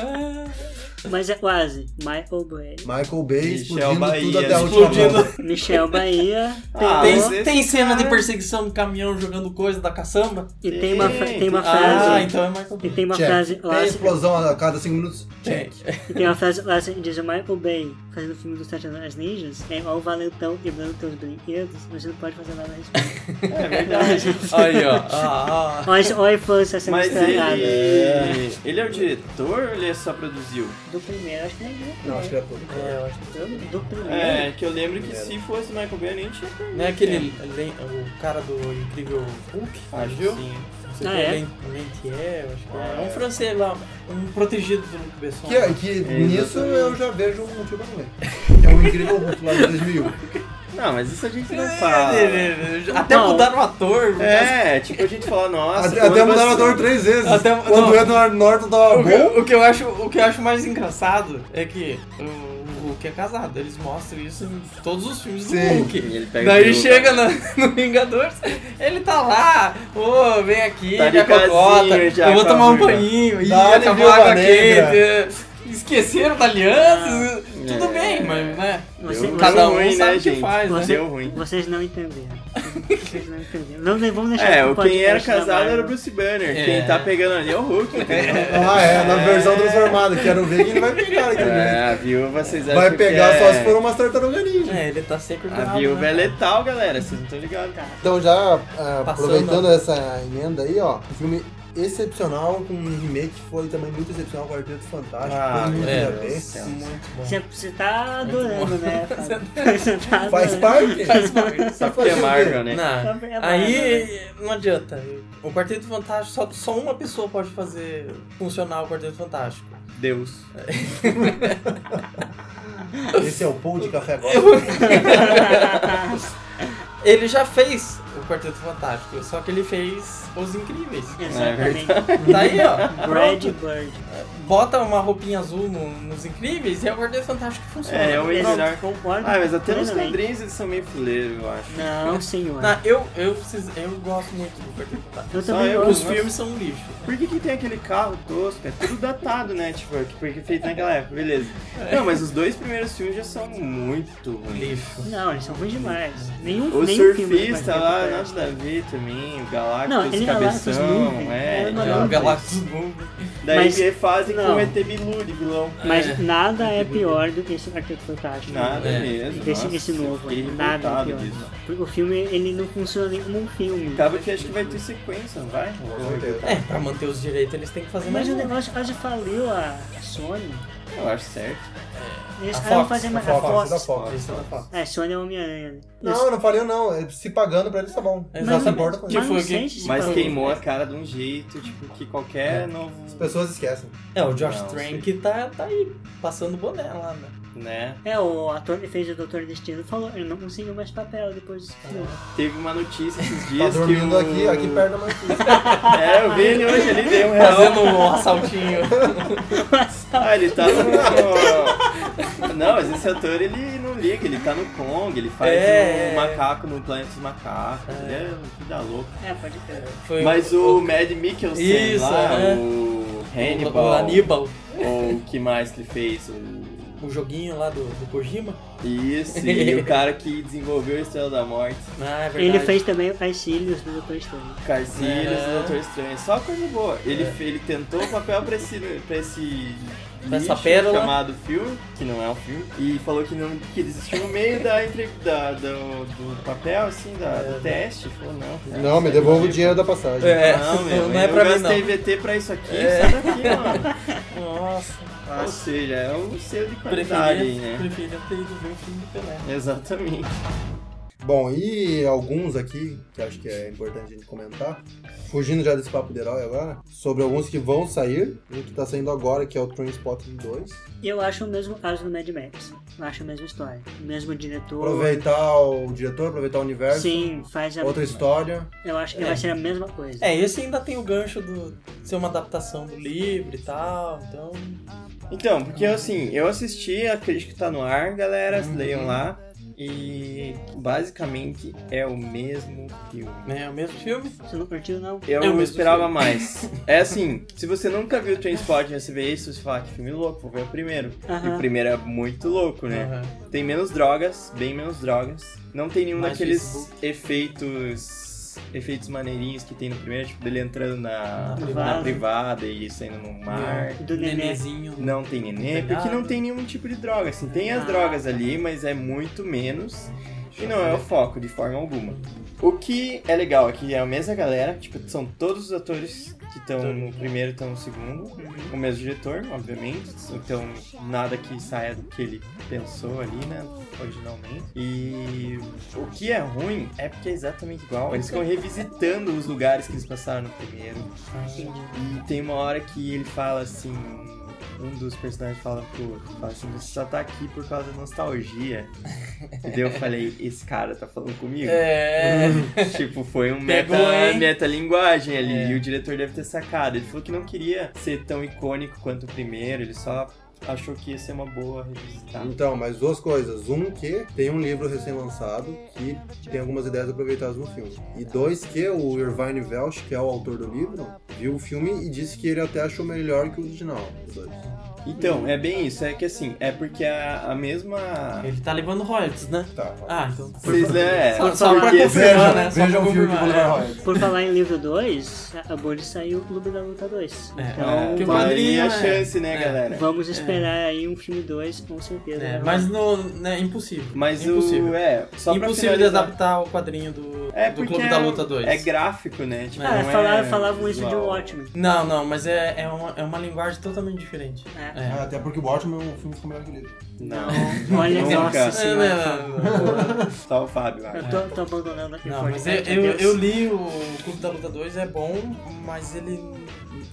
C: mas é quase. Michael Bay.
A: Michael Bay
D: Michel
A: explodindo tudo
D: Bahia,
A: até a última
B: explodindo.
A: bomba.
C: Michel Bahia. pegou,
D: Ah, mas
B: Tem, tem cena de perseguição do caminhão jogando coisa da caçamba?
C: e tem uma, fra- tem uma
D: Ah,
C: frase.
B: Ah, então é Michael
C: E
B: Bay.
C: tem uma
A: Check.
C: frase
A: Tem
C: clássica.
A: explosão a cada 5 minutos.
C: E tem uma frase clássica que diz o Michael Bay fazendo o filme dos Satanás Ninjas. É ó o valentão quebrando teus brinquedos, mas você não pode fazer nada a respeito.
D: É verdade.
B: Aí, ó. Ah, ah.
C: Olha isso- olha a infância sendo
D: Mas
C: estragada.
D: ele. Ele é o diretor ou ele só produziu?
C: Do primeiro, acho que não é do
A: Não, acho que
C: primeiro.
A: era tudo.
B: É, eu acho
C: Do- Do primeiro.
D: É, que eu lembro que se fosse Michael Bay, eu nem tinha
B: que
D: perdido.
B: não é aquele. len- O cara do incrível Hulk,
D: Acho
B: Ah, viu?
D: que sim.
B: Não sei
C: Ah,
B: o que,
C: é?
B: Len- Lentier, eu acho que é. É um francês lá, um protegido do Luc Besson.
C: Tá.
A: Que, que nisso eu já vejo um motivo pra ver. É um incrível Hulk lá de 2001.
D: Não, mas isso a gente não fala.
B: É, Até
C: Não.
B: mudaram o ator.
D: É, tipo, a gente fala, nossa.
A: até até
D: quando
A: mudaram a
D: você-
A: dor três vezes.
B: Até-
A: Quando
B: não.
A: entra na Norton tava
B: O que,
A: bom.
B: o que eu acho, o que eu acho mais engraçado é que o, o Hulk é casado. Eles mostram isso em todos os filmes do
A: Sim.
B: Hulk.
D: Ele pega
B: Daí
D: o-
B: chega na- no, Vingadores, ele tá lá, ô, vem aqui,
D: Tá de
B: minha cocota,
D: casinha já
B: eu vou
D: com a
B: tomar um
D: ruiva.
B: banho, e
A: Dá-lhe
B: acabou a
A: viúva
B: água
A: negra.
B: quente. é, Esqueceram da aliança, tudo
D: é.
B: bem, mas né?
C: Você-
D: Deu
B: Cada um
D: ruim,
B: sabe
D: né,
B: o que
D: gente?
B: faz, né?
D: Deu ruim.
C: Vocês não entenderam. Vocês não entenderam. Não, vamos deixar
D: É,
C: pro
D: o quem era
C: podcast da
D: casado
C: Marvel.
D: era o Bruce Banner.
B: É.
D: Quem tá pegando ali é o Hulk. entendeu?
A: Ah, é, na versão transformada. Quero ver quem vai pegar aquele
D: É,
A: jeito.
D: a viúva vocês acham
A: Vai
D: que
A: pegar
D: é-
A: só se for umas tartaruga ninja.
B: É, ele tá sempre
D: A
B: bravo,
D: viúva
B: né?
D: é letal, galera. Vocês não estão ligados.
A: Então já ah,
B: Passando.
A: aproveitando essa emenda aí, ó, um filme excepcional com um remake que foi também muito excepcional com o Arquiteto Fantástico.
D: Ah,
A: todo mundo
D: é,
A: queria ver.
D: céu.
B: Muito bom.
C: Você, você tá adorando, né? Fábio? Você tá
A: Faz
C: adorando.
A: parte?
D: Só porque é Marvel, né?
B: Não.
C: Também é
B: Aí não adianta. O Quarteto Fantástico, só, só uma pessoa pode fazer funcionar o Quarteto Fantástico.
D: Deus.
A: Esse é o Pou de Café Gospel.
B: Ele já fez o Quarteto Fantástico. Só que ele fez Os Incríveis.
D: é
C: Exatamente.
B: Tá aí, ó.
C: Brad
B: Pronto.
C: Bird.
B: Bota uma roupinha azul no- nos Incríveis e é o Quarteto Fantástico que funciona.
D: É, é o
B: Pronto.
D: melhor.
C: Concordo.
D: Ah, mas até nos
C: plenamente.
D: quadrinhos eles são meio fuleiros, eu acho.
C: Não, senhor.
B: Não, eu, eu, preciso, eu gosto muito do Quarteto Fantástico.
C: eu
D: só
C: também
D: eu-
C: gosto.
B: Os
D: gosto.
B: filmes são um lixo.
D: Por que, que tem aquele carro tosco? É tudo datado, né? Tipo, é porque feito naquela época, beleza. Não, mas os dois primeiros filmes já são muito ruins.
B: Lixo.
C: Não, eles são ruins demais. Nenhum,
D: O
C: nenhum filme
D: surfista
C: do
D: lá,
C: Quarteto
D: nada a ver também, o Galactus,
C: ele é Galactus
D: cabeção,
C: noob,
D: é.
C: é
D: então.
C: Não,
B: Não,
C: mas-
B: Galactus Movie.
D: Daí
C: Mas-
D: refazem com
C: não.
D: o ET Bilu de vilão.
C: Mas
B: É.
C: nada é pior do que esse Quarteto Fantástico.
D: Nada
B: É.
D: mesmo.
C: Desse,
D: nossa,
C: esse novo,
D: fiquei
C: nada é
D: revoltado
C: pior.
D: disso.
C: Porque o filme, ele não funciona nem como um filme.
D: Acaba que acho que vai ter sequência, não vai? Eu
B: É, pra manter os direitos eles têm que fazer
C: Mas
B: mais
C: é- o
B: um.
C: negócio quase faliu a Sony.
D: acho certo.
C: Eles
B: A
C: ah, vão
B: Fox,
C: fazer
B: a
C: mais
A: Fox, é
C: a
A: da
C: Fox.
A: Fox.
B: Isso eu falo.
C: É, Sony é Homem-Aranha. né?
A: Não, não falei não. É, Se pagando pra eles tá bom. Não
B: Exatamente.
A: se importa com
B: Que
A: isso.
C: Mas
B: foi
C: não
B: o
C: sei
B: que-
C: se
D: Mas
C: falou.
D: queimou a cara de um jeito, tipo, que qualquer novo.
A: As pessoas esquecem. Tá
B: É, o Josh
D: Não,
B: Trank que tá, tá aí, passando boné lá, né?
D: né?
C: É, o ator que fez o Doutor Destino falou, eu não consigo mais papel depois desse filme.
D: Teve uma notícia esses
A: Tá
D: dias que.
A: dormindo
D: o-
A: aqui, aqui perto da Marquise.
D: É, eu vi ele hoje, ele deu um real.
B: Fazendo um assaltinho.
D: Ah, ele tá no. Não, mas esse ator ele não liga, ele tá no Kong, ele faz
B: É.
D: um macaco no Planeta dos Macacos, ele é um filho da louca.
C: É, pode crer.
B: Foi um-
D: Mas o Mad Mikkelsen
B: Isso,
D: lá,
B: é.
D: o
B: o, o
D: Hannibal,
B: Aníbal,
D: ou o que mais que ele fez? O...
B: o joguinho lá do, do Kojima.
D: Isso, e o cara que desenvolveu a Estrela da Morte,
B: Ah, é verdade.
C: Ele fez também o Pai Cílios do Doutor Estranho.
D: Carcílios
B: É.
D: e Doutor Estranho, só coisa boa. Ele, fe- ele tentou o papel pra esse, pra esse
B: Pra essa
D: lixo
B: pérola.
D: chamado filme, que não é um filme, e falou que não que desistiu no meio da, entre, da- do, do papel, assim, da, do teste. Falou, não. cara,
A: Não, me
D: isso é
A: devolva o
D: ridículo.
A: dinheiro da passagem.
B: É,
D: Não,
B: não,
D: meu,
B: é
D: eu
B: pra mim,
D: gastei
B: não. É.
D: VT pra isso aqui, sai daqui, mano.
B: Nossa,
D: Ou seja, é um selo de qualidade, aí,
B: preferia,
D: né?
B: preferia ter ido ver o filme do Pelé.
D: Exatamente.
A: Bom, e alguns aqui, que acho que é importante a gente comentar, fugindo já desse papo de herói agora, sobre alguns que vão sair, um que tá saindo agora, que é o Trainspotting 2.
C: E eu acho o mesmo caso do Mad Max. Eu acho a mesma história. O mesmo diretor.
A: Aproveitar o diretor, aproveitar o universo,
C: Sim, faz a.
A: outra história.
C: Eu acho que
B: né? É.
C: vai ser a mesma coisa.
B: É, esse ainda tem o gancho do ser uma adaptação do livro e tal, então...
D: Então, porque assim, eu assisti a crítica que tá no ar, galera,
B: Uhum.
D: leiam lá. E basicamente é o mesmo filme.
B: É o mesmo filme?
C: Você não curtiu, não?
D: Eu
B: É o
D: não
B: mesmo
D: esperava
B: filme.
D: mais. É assim, se você nunca viu Transport e você vê isso, você fala que filme louco, vou ver o primeiro. E
C: Aham.
D: o primeiro é muito louco, né?
B: Aham.
D: Tem menos drogas, bem menos drogas. Não tem nenhum
B: Mais
D: daqueles
B: Facebook.
D: efeitos. efeitos maneirinhos que tem no primeiro, tipo, dele entrando na,
B: Na
D: na
C: privada.
D: privada e saindo no
B: É.
D: mar.
C: Do neném.
B: Nenezinho.
D: Não tem nenê,
B: Não tem
D: porque
B: nada.
D: não tem nenhum tipo de droga, assim. Tem as
C: Ah.
D: drogas ali, mas é muito menos. E não é o foco, de forma alguma. O que é legal é que é a mesma galera, tipo, são todos os atores que estão no primeiro e estão no segundo. O mesmo diretor, obviamente. Então, nada que saia do que ele pensou ali, né? Originalmente. E o que é ruim é porque é exatamente igual. Eles
B: Uhum.
D: ficam revisitando os lugares que eles passaram no primeiro. E tem uma hora que ele fala assim. Um dos personagens fala pro outro, fala assim, você só tá aqui por causa da nostalgia. e daí eu falei, esse cara tá falando comigo?
B: É...
D: Tipo, foi um
B: Pegou,
D: meta,
B: hein?
D: metalinguagem ali.
B: É.
D: E o diretor deve ter sacado. Ele falou que não queria ser tão icônico quanto o primeiro, ele só achou que ia ser uma boa
B: Tá.
D: revisitar.
B: Uhum.
A: Então, mas duas coisas. Um, que tem um livro recém-lançado que tem algumas ideias aproveitadas no filme. E dois, que o Irvine Welsh, que é o autor do livro, viu o filme e disse que ele até achou melhor que o original. Os dois.
D: Então, é bem isso. É que assim, é porque a, a mesma.
B: Ele tá levando royalties, né?
A: Tá.
B: Ah, então...
D: Vocês, né?
B: Só, só pra
D: porque-
B: confirmar, né? Só pra
A: Veja
D: um
A: o filme que eu
B: confirmar,
A: vou
B: é.
A: levar royalties.
C: Por falar em livro 2, acabou de sair o Clube da Luta 2.
B: É.
D: É,
C: Então,
B: Que
D: que
B: o
C: vamos,
B: quadrinho,
D: a
B: é.
D: chance, né,
B: É.
D: galera?
C: vamos esperar aí um filme 2, com certeza.
B: É,
C: né?
B: mas não, né, impossível.
D: Mas
B: impossível.
D: o. É, só pra
B: impossível de
D: finalizar-
B: adaptar o quadrinho do,
D: É
B: do
D: porque
B: Clube
D: é,
B: da Luta 2.
D: É gráfico, né? Tipo,
C: Ah,
D: não é
C: falaram, falavam isso de
D: visual.
C: Watchmen.
B: Não, não, mas é, é, uma, é uma linguagem totalmente diferente.
C: É, É.
A: Ah, até porque o Watchmen é um filme que ficou melhor que o livro.
D: Não.
C: Olha,
D: Nunca.
C: nossa
B: É,
C: senhora. Fábio.
D: né? Só o Fábio, acho.
C: Eu tô, tô abandonando aqui.
B: Não, mas eu, eu, eu li o Clube da Luta 2, é bom, mas ele.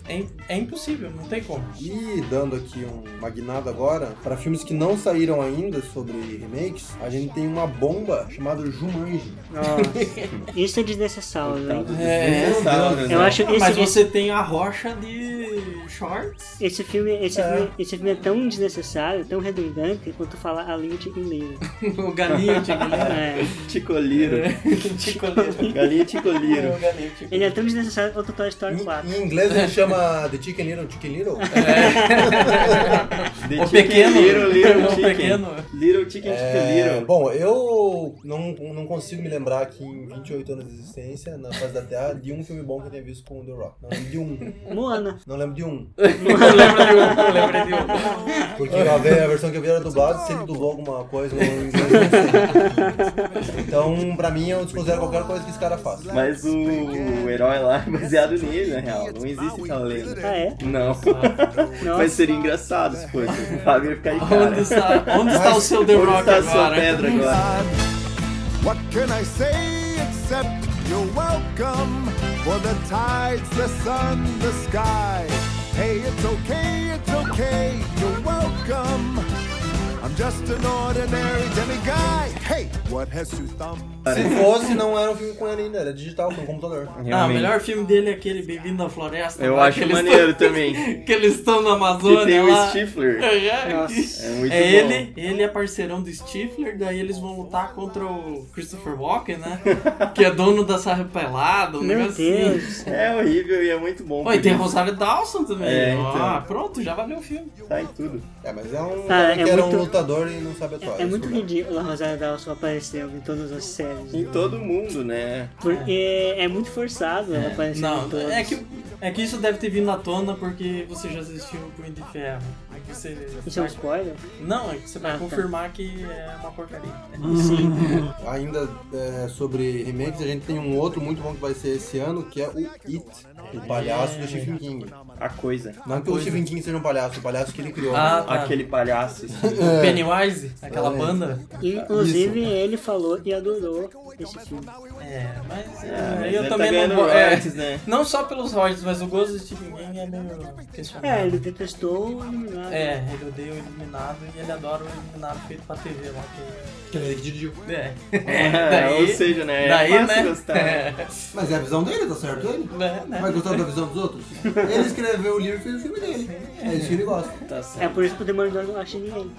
B: É, im- é impossível, não tem como.
A: E dando aqui um magnado agora, para filmes que não saíram ainda sobre remakes, a gente tem uma bomba chamada Jumanji.
C: Nossa, isso é
D: Tá
C: desnecessário, hein?
B: É,
D: Dinossauros,
C: Eu
D: né?
C: acho esse,
B: Mas
C: esse,
B: você tem a rocha de shorts?
C: esse filme, esse,
B: É.
C: filme, esse filme é tão desnecessário, tão redundante, quanto falar a Lynch em livro.
B: o galinho de Guilherme.
C: É.
D: Ticoliro.
B: É. Tico Liro.
D: Galinha Ticoliro.
B: O galinho Tico
C: Ele é tão desnecessário quanto Toy Story
A: Em,
C: 4.
A: em inglês ele chama The Chicken Little Chicken Little.
D: The
B: O
D: Chicken
B: pequeno.
D: Little, little
B: O
D: Chicken.
B: pequeno.
D: Little Chicken
A: É,
D: Chicken Little.
A: bom, eu não, não consigo me lembrar que em 28 anos de existência, na face da Terra, de um filme bom que eu tenha visto com o The Rock. Não lembro de um.
C: Moana.
A: Não lembro de um.
B: Eu lembro de um, eu lembro de um.
A: Porque a, ve- a versão que eu vi era dublada, se ele dublou alguma coisa ou em inglês, eu não sei. Então, pra mim, eu desconsidero qualquer coisa que esse cara faz.
D: Mas o, o herói lá é baseado nele, na real. Não existe essa lenda.
C: Ah, é?
D: Não.
C: Nossa.
D: Mas seria engraçado se fosse. O Fábio ia ficar em cara.
B: Onde está, onde está o seu The
D: Onde
B: Rock
D: está a sua
B: agora? Ah,
D: pedra agora?
E: What can I say except you're welcome? For the tides, the sun, the sky. Hey, it's okay, it's okay, you're welcome. I'm just an ordinary demiguy. Hey, what has you thumb?
A: Se fosse, não era um filme com ele ainda, era digital, com computador.
B: Ah, o
D: Realmente.
B: melhor filme dele é aquele Bem-vindo à Floresta.
D: Eu
B: lá,
D: acho
B: que eles
D: maneiro
B: estão-
D: também.
B: Que eles estão na Amazônia
D: Que tem
B: lá.
D: o Stifler.
B: É,
D: É muito
B: é
D: bom.
B: ele, ele é parceirão do Stifler, daí eles vão lutar contra o Christopher Walken, né? que é dono da Sarra Pelada, um
C: Meu
B: negócio assim.
C: Deus.
D: É horrível e é muito bom.
B: Ó, e tem a
D: porque
B: Rosário Dawson também.
D: É,
B: Ah,
D: então.
B: pronto, já valeu o filme.
D: Sai tá tudo.
A: É, mas é um
C: Ah,
A: cara
C: é
A: que era um
C: muito-
A: lutador e não sabe atuar.
C: É
A: isso
C: muito
A: não.
C: ridículo a Rosário Dawson aparecer em todas as séries.
D: Em todo mundo, né?
C: Porque é muito forçado ela aparecer em
B: Não,
C: todas.
B: é que, é que isso deve ter vindo à tona porque você já assistiu o Punho de Ferro. Aí você
C: Isso é um
B: vai-
C: spoiler?
B: Não, é que você vai
C: Ah, tá.
B: confirmar que é uma porcaria.
C: Sim.
A: Ainda é, sobre remakes, a gente tem um outro muito bom que vai ser esse ano, que é o It, o palhaço do Stephen King.
D: A coisa.
A: Não que o Stephen King seja um palhaço, o palhaço que ele criou.
B: Ah, tá.
D: Aquele palhaço. assim.
B: Pennywise, aquela
A: É.
B: banda.
C: Inclusive, ele falou e adorou esse filme.
B: É, mas é,
D: Ah, mas
B: eu
D: ele
B: também não
D: tá ganhando
B: vou. é,
D: royalties, né?
B: Não só pelos royalties, mas o gosto do Stephen King é meio
C: É,
B: questionável.
C: ele detestou né? o Iluminado.
B: É, ele odeia o Iluminado e ele adora o Iluminado feito pra TV lá. Que...
A: Que ele dirigiu.
B: É.
D: Ou seja, né? É
B: daí,
D: fácil
B: né?
D: gostar.
B: É,
A: Mas é a visão dele, tá certo ele?
B: né, né?
A: Vai gostar da visão dos outros? Ele escreveu o livro e fez o filme dele. É isso que ele gosta.
D: Tá
C: É
D: certo.
C: por isso que o Demolidor não acha ninguém.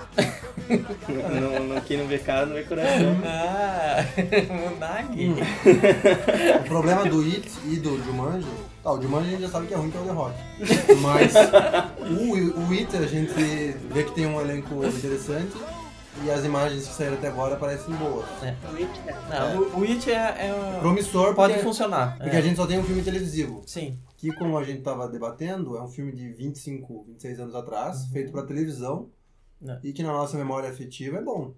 D: Não, não, quem não vê cara não vê coração.
B: Ah, Munag.
A: Hum. O problema do It e do Jumanji... Tá, o Jumanji a gente já sabe que é ruim, que é o The Rock. Mas o, o It a gente vê que tem um elenco interessante e as imagens que saíram até agora parecem boas.
B: Não, o- o It é, é um-
A: Promissor
B: pode
A: porque-
B: funcionar.
A: Porque
B: é.
A: a gente só tem um filme televisivo,
B: Sim.
A: que como a gente tava debatendo, é um filme de 25, 26 anos atrás, feito pra televisão,
B: Uhum. É.
A: e que na nossa memória afetiva é bom,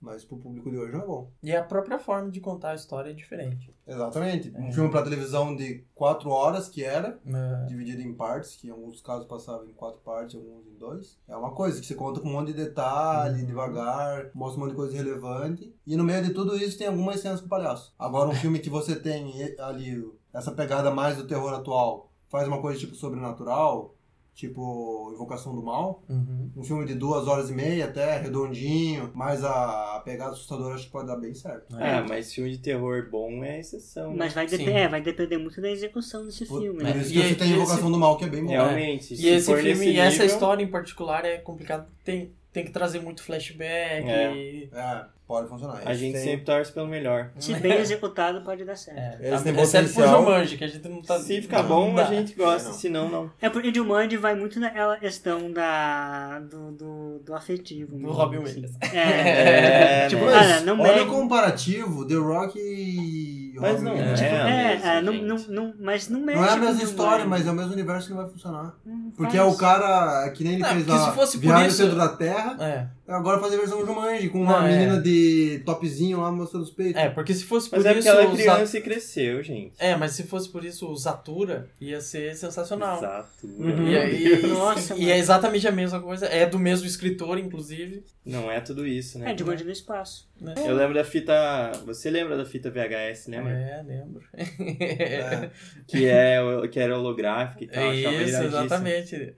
A: mas pro público de hoje não é bom.
B: E a própria forma de contar a história é diferente.
A: Exatamente. Um filme pra televisão de 4 horas, que era,
B: É.
A: dividido em partes, que em alguns casos passava em quatro partes, alguns em dois. É uma coisa que você conta com um monte de detalhe, devagar, mostra um monte de coisa relevante. E no meio de tudo isso tem algumas cenas com o palhaço. Agora, um filme que você tem e- ali essa pegada mais do terror atual, faz uma coisa tipo sobrenatural, tipo Invocação do Mal.
B: Uhum.
A: Um filme de duas horas e meia até, redondinho, mas a a pegada assustadora acho que pode dar bem certo.
B: É. Uhum.
D: Ah, mas filme de terror bom é exceção. né?
C: Mas vai,
B: Sim.
C: dep é, vai depender muito da execução desse
A: Por,
C: filme.
A: por
C: né?
A: isso
B: E
A: que
B: aí,
A: você tem
B: e
A: Invocação
B: esse-
A: do Mal, que é bem bom.
D: Realmente.
B: E
D: se
B: esse
D: for
B: filme
D: nesse
B: e essa
D: nível-
B: história em particular é complicado. Tem, tem que trazer muito flashback.
D: É.
B: e-
A: É, pode funcionar.
D: A
A: Esse
D: gente
A: tem-
D: sempre torce pelo melhor.
C: Se bem executado, pode dar certo.
B: É,
A: Eles têm
B: exceto por
A: potencial.
B: Jumanji, que a gente não tá...
D: Se ficar
B: não
D: bom, a
B: dá.
D: gente gosta,
A: Não.
D: se não, não.
C: É, porque Jumanji vai muito naquela questão da, do, do, do afetivo.
B: Do
C: mesmo,
B: Robin
C: assim.
B: Williams.
C: É,
D: É,
C: tipo,
D: né?
C: cara, não
A: olha
C: mexe.
A: o comparativo, The Rock e...
D: Mas
A: Robin
D: não
A: Williams.
D: é.
B: tipo,
D: a
C: É,
D: mesma,
C: é, não,
D: gente.
C: não, não, mas não mexe.
A: Não é a
C: com
A: mesma
C: Jumanji.
A: história, mas é o mesmo universo que não vai funcionar.
C: Não
A: Porque é
C: faz.
A: o cara que nem ele
B: Não,
A: fez
B: porque
A: lá,
B: se fosse por
A: Viagem ao
B: isso-
A: Centro da Terra,
B: É.
A: Agora fazer a versão Jumanji, com
B: Não,
A: uma
B: é.
A: menina de topzinho lá mostrando os peitos.
B: É, porque se fosse por
D: Mas é porque
B: isso.
D: ela é
B: os
D: criança
B: at-
D: e cresceu, gente.
B: É, mas se fosse por isso, o Zatura ia ser sensacional.
D: Exato. é
A: Uhum.
B: E, aí,
C: Nossa,
B: e
C: mano.
B: é exatamente a mesma coisa. É do mesmo escritor, inclusive.
D: Não é tudo isso, né?
C: É, de Jumanji no espaço.
B: né?
D: Eu lembro da fita. Você lembra da fita VHS, né, mano?
B: É, lembro.
D: Tá,
A: É.
D: Que, é, o- que era holográfica e tal.
B: É
D: achava
B: isso,
D: iradíssimo.
B: exatamente.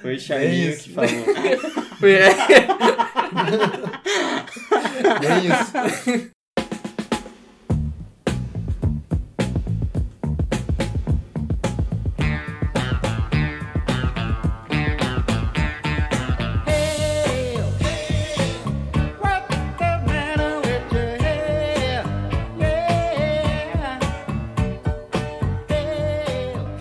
D: Foi o Charlinho
A: É isso.
D: que falou.
B: Foi-
A: É isso.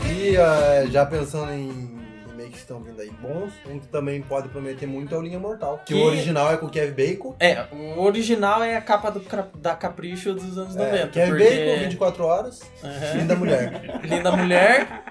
A: E ah, já pensando em remakes que estão vindo aí bons, um que também pode prometer muito é o Linha Mortal. Que,
B: Que-
A: o original é com o Kevin Bacon.
B: É, o original é a capa do Cra- da Capricho dos anos
A: É,
B: 90.
A: Kevin
B: porque...
A: Bacon, 24 horas,
B: Aham.
A: linda mulher.
B: Linda Mulher,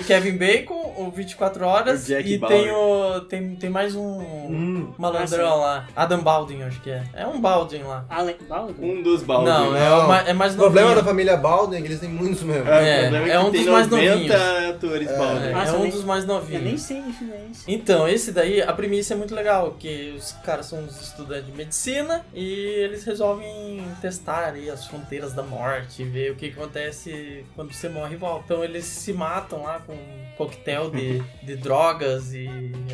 B: o Kevin Bacon, o 24 Horas,
D: O Jack
B: e
D: Bauer.
B: tem, o, tem, tem mais um
A: Hum,
B: malandrão lá, Adam Baldwin, acho que é. É um Baldwin lá.
C: Alec Baldwin?
D: Um dos baldes.
B: Não, é,
A: Não.
B: o ma- é mais
A: o problema da
B: novinho.
A: família Baldwin é que eles têm muitos mesmo.
D: Ah,
B: É,
D: o problema é, que
B: é um
D: tem
B: dos mais
D: 90
B: novinhos.
D: atores
A: É.
D: baldes. né?
B: É,
C: Nossa,
B: é
C: eu
B: um
C: nem-
B: dos mais
C: Eu nem
B: novinhos.
C: sei isso, né? Isso.
B: Então, esse daí, a premissa é muito legal, que os caras são uns estudantes de medicina e eles resolvem testar ali as fronteiras da morte, ver o que acontece quando você morre e volta. Então eles se matam lá com um coquetel de, de drogas e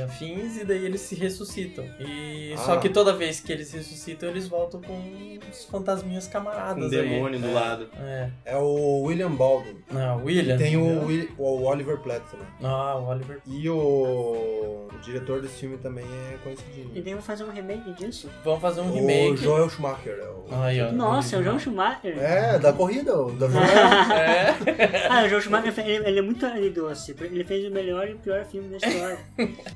B: afins e daí eles se ressuscitam. E só
A: Ah.
B: que toda vez que eles ressuscitam, eles voltam com os fantasminhas camaradas
D: Um
B: aí.
D: demônio do lado.
B: É.
A: É o William Baldwin.
B: Não, William.
A: Tem o, Will- o Oliver Platt também.
B: Ah, o Oliver.
A: E o, o diretor desse filme também é
C: E
A: coincidinho.
C: daí eu vou fazer um remake disso?
B: Vamos fazer um
A: O
B: remake. Ah.
A: Joel Schumacher. É, o-
B: Aí, ó.
C: Nossa, é o João Schumacher.
A: é da corrida. o- Da Joel.
B: É.
C: Ah, o João Schumacher, ele, ele é muito ele doce. porque Ele fez o melhor e o pior filme da história.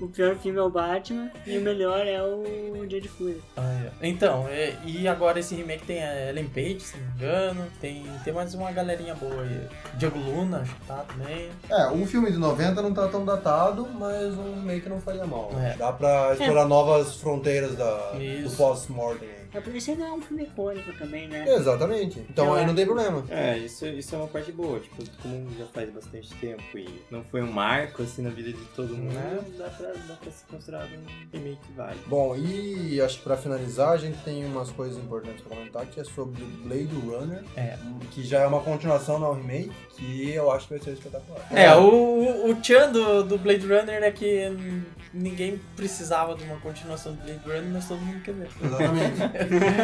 C: o pior filme é o Batman e o melhor é o Dia de Fúria.
B: Ah, é. Então, é, e agora esse remake tem a Ellen Page, se não me engano. Tem, tem mais uma galerinha boa aí. Diego Luna, acho que tá também.
A: É, um filme de 90 não tá tão datado, mas um remake não faria mal.
B: É.
A: Dá pra explorar novas fronteiras da, do
B: Isso.
A: pós-mortem. aí.
C: É porque esse não é um filme icônico também, né?
A: Exatamente. Então
C: Eu
A: aí
C: acho.
A: não tem problema.
D: É, isso, isso é uma parte boa, tipo, como já faz bastante tempo e não foi um marco assim na vida de todo mundo, dá, pra, dá pra ser considerado um remake que vale.
A: Bom, e acho que pra finalizar a gente tem umas coisas importantes pra comentar, que é sobre Blade Runner,
B: É.
A: que já é uma continuação, não é um remake, que eu acho que vai ser espetacular.
B: É, o, o, o Chan do, do Blade Runner é que hum, ninguém precisava de uma continuação do Blade Runner, mas todo mundo quer ver.
A: Exatamente.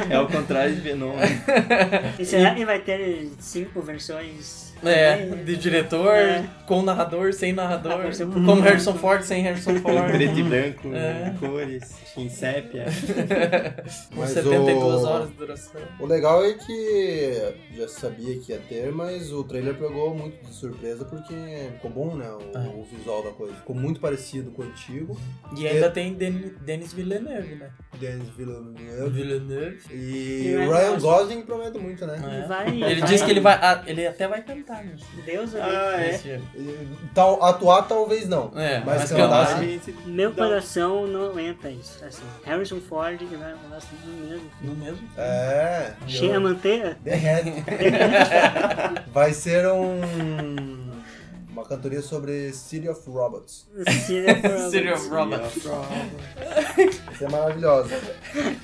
D: É o contrário de Venom, né?
C: E será que vai ter cinco versões?
B: É,
C: também?
B: de diretor,
C: É.
B: com narrador, sem narrador,
C: Ah, por exemplo.
B: com Harrison Ford, sem Harrison Ford.
D: preto e branco,
B: É.
D: em cores, em sépia.
B: com
A: Mas
B: 72
A: o-
B: horas de duração.
A: o legal é que já sabia que ia ter, mas o trailer pegou muito de surpresa porque ficou bom, né? O,
B: É.
A: o visual da coisa. Ficou muito parecido com o antigo.
B: E ainda tem Den- Denis Villeneuve, né?
A: Dennis Villeneuve.
B: Villeneuve.
A: E o
C: Ryan
A: Ryan
C: Gosling.
A: Gosling promete muito, né?
B: É.
C: Vai,
B: Ele diz que ele vai. ah, ele até vai cantar, né?
C: Deus,
D: Ah, é.
B: Esse ano.
A: E Tal, atuar talvez não.
B: É,
A: Mas
B: mas
A: cantar,
B: cantar.
A: sim.
D: gente,
C: meu
D: dá um-
C: coração não aguenta isso. Assim, Harrison Ford e Ryan Gosling no assim, mesmo.
B: No mesmo?
A: É.
C: Cheia a manteiga?
A: Derrete. Vai ser um. Uma cantoria sobre City of Robots.
C: né?
B: Serial
C: Serial
B: Robot.
A: Vai ser é maravilhosa.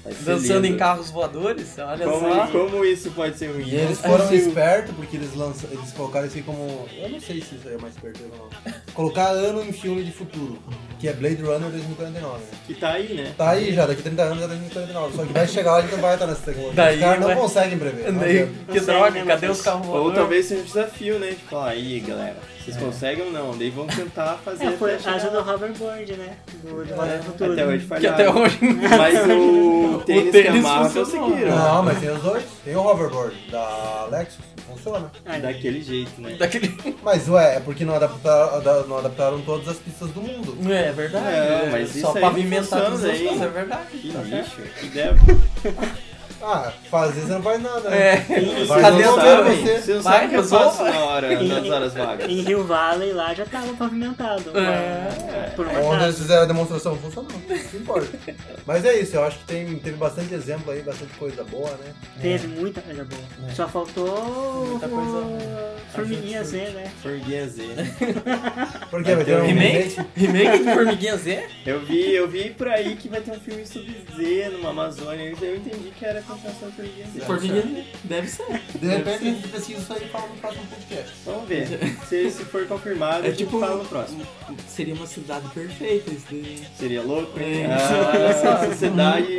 D: Vai ser
B: Dançando
D: lindo.
B: em assim. carros voadores, olha
D: Como,
B: só.
D: como isso pode ser um ruim?
A: E eles foram espertos porque eles lançam, eles colocaram isso aí como. Eu não sei se isso aí é mais esperto ou não. Colocar ano em filme de futuro, que é Blade Runner 2049. né?
D: Que tá aí, né?
A: Tá aí já, daqui 30 anos é 2049. Só que vai chegar lá e a gente não vai estar nessa tecnologia.
B: Daí
A: Os caras não
B: vai-
A: conseguem prever. não
B: Daí,
A: adianta.
B: que
C: Não sei,
B: droga,
C: né,
B: cadê
C: mas-
B: os carros
D: Ou
B: voadores?
D: talvez seja um desafio, né? Tipo, falar, aí, galera, vocês conseguem ou não? Daí vão tentar fazer
C: É, foi a
D: até chegar
C: asa
D: lá.
C: do hoverboard, né? Do, do Valor Futuro.
D: Até hoje
B: né? Que
D: falharam.
B: até hoje.
D: Mas o tênis, que
B: tênis
D: amarra
B: funcionou.
D: conseguiram.
A: Não, mas tem os dois. Tem o hoverboard da Lexus, funciona.
C: Ah,
D: Daquele jeito, né?
B: Daquele...
A: Mas ué, é porque não adaptaram, ada- não adaptaram todas as pistas do mundo.
B: É verdade.
D: É, mas
B: só
D: isso aí
B: pavimentar
D: não
B: todas
D: funciona
B: as
D: aí.
B: coisas, é verdade.
D: Que
B: tá certo.
D: lixo, que ideia.
A: Ah, fazer você não faz nada, né?
B: É.
A: Vai
B: Cadê
A: resolver
B: o teu,
A: você.
D: Você não
B: Vai,
D: sabe o que eu
B: resolva.
D: faço na hora, nas horas vagas.
C: Em Rio Valley lá já tava pavimentado.
B: É.
C: Por um
A: Ontem eles
C: acaso.
A: fizeram a demonstração, funcionou, não importa. Mas é isso, eu acho que tem, teve bastante exemplo aí, bastante coisa boa, né?
C: Teve muita coisa boa. Só faltou
B: Muita coisa-
C: o Formiguinha Z, né?
D: Formiguinha Z.
A: Porque vai ter um
B: Remake? Remake de Formiguinha Z?
D: Eu vi, eu vi por aí que vai ter um filme sobre Z numa Amazônia, e daí eu entendi que era continuação de Formiguinha Z.
B: Formiguinha Z. Deve ser.
A: De repente a gente pesquisa isso aí e fala no próximo podcast.
D: Vamos ver. Se, se for confirmado,
B: É
D: a gente
B: tipo-
D: fala no próximo.
B: Seria uma cidade perfeita isso daí.
D: Seria louco,
B: É.
D: hein? Ah, essa sociedade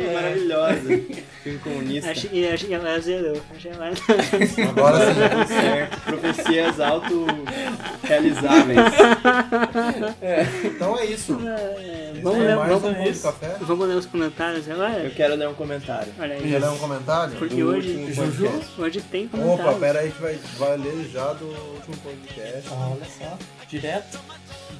B: É.
D: maravilhosa. Filme comunista.
C: Acho que acho que ela zerou. Acho que ela-
A: Agora sim.
D: Tudo certo. Profecias auto-realizáveis.
A: Então é isso.
C: É,
A: Esse
C: Vamos
A: é
C: ler,
A: mais
C: vamos,
A: um Pão de
B: isso.
A: café.
C: vamos ler os comentários agora?
D: Eu quero dar um comentário.
C: Olha aí.
A: Quer ler um comentário?
C: Porque
D: Do
C: hoje,
D: último podcast.
C: hoje tem comentário.
A: Opa, pera aí que vai, vai ler já do último podcast.
B: Olha só. Direto.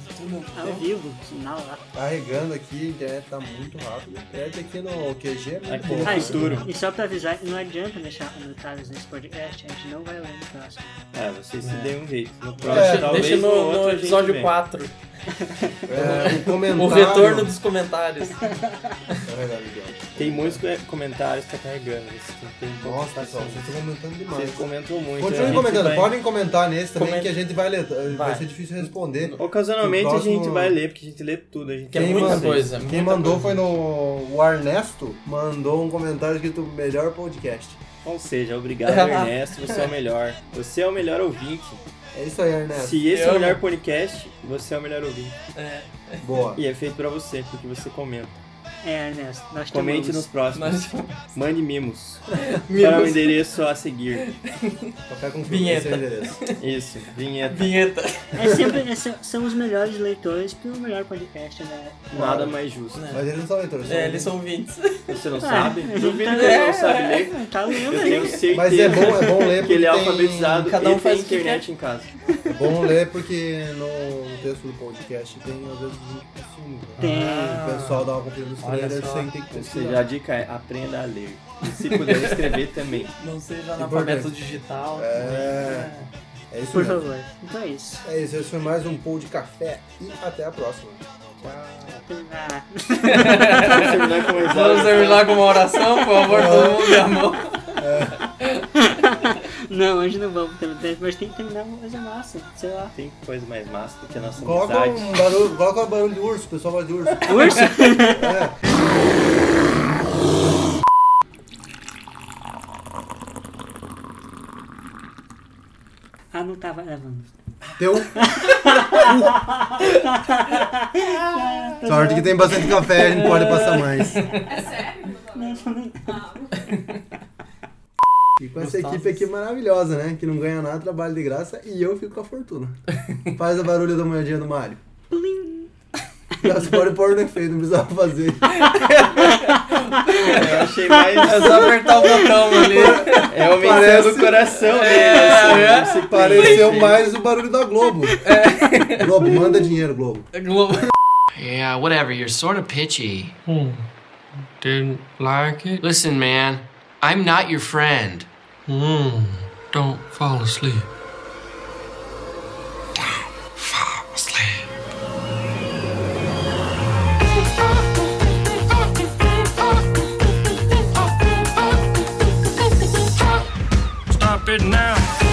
B: de Tudo É.
C: Ao vivo, sinal lá.
A: Carregando aqui, a internet tá muito rápido. Internet aqui no QG é muito
D: Aqui.
A: boa.
C: Ah, e-
D: futuro.
C: E só pra avisar, não adianta deixar comentários nesse podcast, a gente não vai ler no próximo.
D: É, vocês se deem um jeito. No próximo,
A: É,
D: talvez
B: Deixa
D: no
B: no,
D: outro
B: no
D: a gente
B: episódio
D: vê.
B: 4.
A: É, um comentário.
B: O retorno dos comentários.
A: É verdade, Miguel.
D: Tem muitos co- comentários que tá carregando. Vocês têm- têm pouca
A: Nossa, pessoal,
D: paciência.
A: vocês estão comentando demais.
D: assim, Vocês comentam muito. né, a
A: Continuem
D: gente
A: comentando,
D: vai-
A: podem comentar nesse também
B: Comenta.
A: que a gente vai ler. tá? Vai,
B: Vai.
A: ser difícil responder.
D: Ocasionalmente
A: No próximo-
D: a gente vai ler, porque a gente lê tudo. A gente assim.
B: Que é
A: Quem
B: muita
A: manda-
B: coisa.
A: Quem
B: muita
A: mandou
B: coisa.
A: foi no o Ernesto, mandou um comentário escrito melhor podcast.
D: Ou seja, obrigado, Ernesto. Você é o melhor. Você é o melhor ouvinte.
A: É isso aí, Ernesto.
D: Se esse
B: Eu
D: é o melhor
B: amo.
D: podcast, você é o melhor ouvinte.
B: É,
A: Boa.
D: E é feito pra você, porque você comenta.
C: É, Ernesto, nós
D: Comente
C: temos.
D: nos próximos.
B: nós-
D: Mande mimos. Para o
B: Mimos.
D: endereço a seguir.
A: Café com Esse
B: Vinheta.
A: é o endereço.
D: Isso, vinheta.
B: Vinheta.
C: É sempre, é se- são os melhores leitores pro melhor podcast, né?
D: Nada mais justo.
B: Né?
A: Mas eles não são leitores.
B: É, eles são vintes.
D: Você não
C: Ah,
D: sabe?
C: a gente
D: Duvido
C: tá-
D: que ele
B: é,
D: não sabe ler.
C: Tá lendo
D: Eu
C: aí.
D: tenho certeza
A: Mas é bom, é bom ler
D: que
A: porque
D: ele é
A: tem-
D: alfabetizado
B: Cada um
D: e tem
B: faz o que
D: internet em casa.
A: É bom ler porque no texto do podcast tem às vezes link pro filme. né?
C: Tem.
A: O pessoal dá uma conferida nos
B: Olha
A: trailers
B: só.
A: sem ter que
D: Ou seja, a
A: pesquisar.
D: dica é aprenda a ler. E se puder escrever também.
B: Não seja analfabeto
A: Importante.
B: digital. né?
A: É. É isso
C: Por
A: mesmo.
C: favor. Então é isso.
A: É isso, esse foi mais um Pou de Café e até a próxima. Tchau.
C: Ah.
D: Vamos terminar com uma
B: Vamos terminar com uma oração, por favor, todo mundo dê a mão.
C: Não, hoje não vamos terminar, mas tem que terminar uma coisa massa, sei lá.
D: Tem coisa mais massa do que a nossa
A: Coloca
D: amizade.
A: um barulho, coloca um barulho de urso, o pessoal gosta de urso.
C: Urso? Ah, não tava gravando.
A: Teu. Sorte que tem bastante café, a gente pode passar mais.
C: Não, tô nem-
A: E com essa equipe aqui maravilhosa, né? Que não ganha nada, trabalho de graça e eu fico com a fortuna. Faz o barulho da moedinha do Mário. Plim! Você pode pôr no efeito, é não precisava fazer.
D: Eu achei mais.
B: É só apertar o botão ali.
D: É o menção
A: Parece-
D: do coração dele.
B: é.
D: assim, esse
A: Pareceu
D: cliente.
A: mais o barulho da Globo. Globo, manda dinheiro, Globo.
B: É Globo.
F: Yeah, whatever. You're sort of pitchy. Hmm. Didn't like it? Listen, man, I'm not your friend. Mm, don't fall asleep. Don't fall asleep. Stop it now.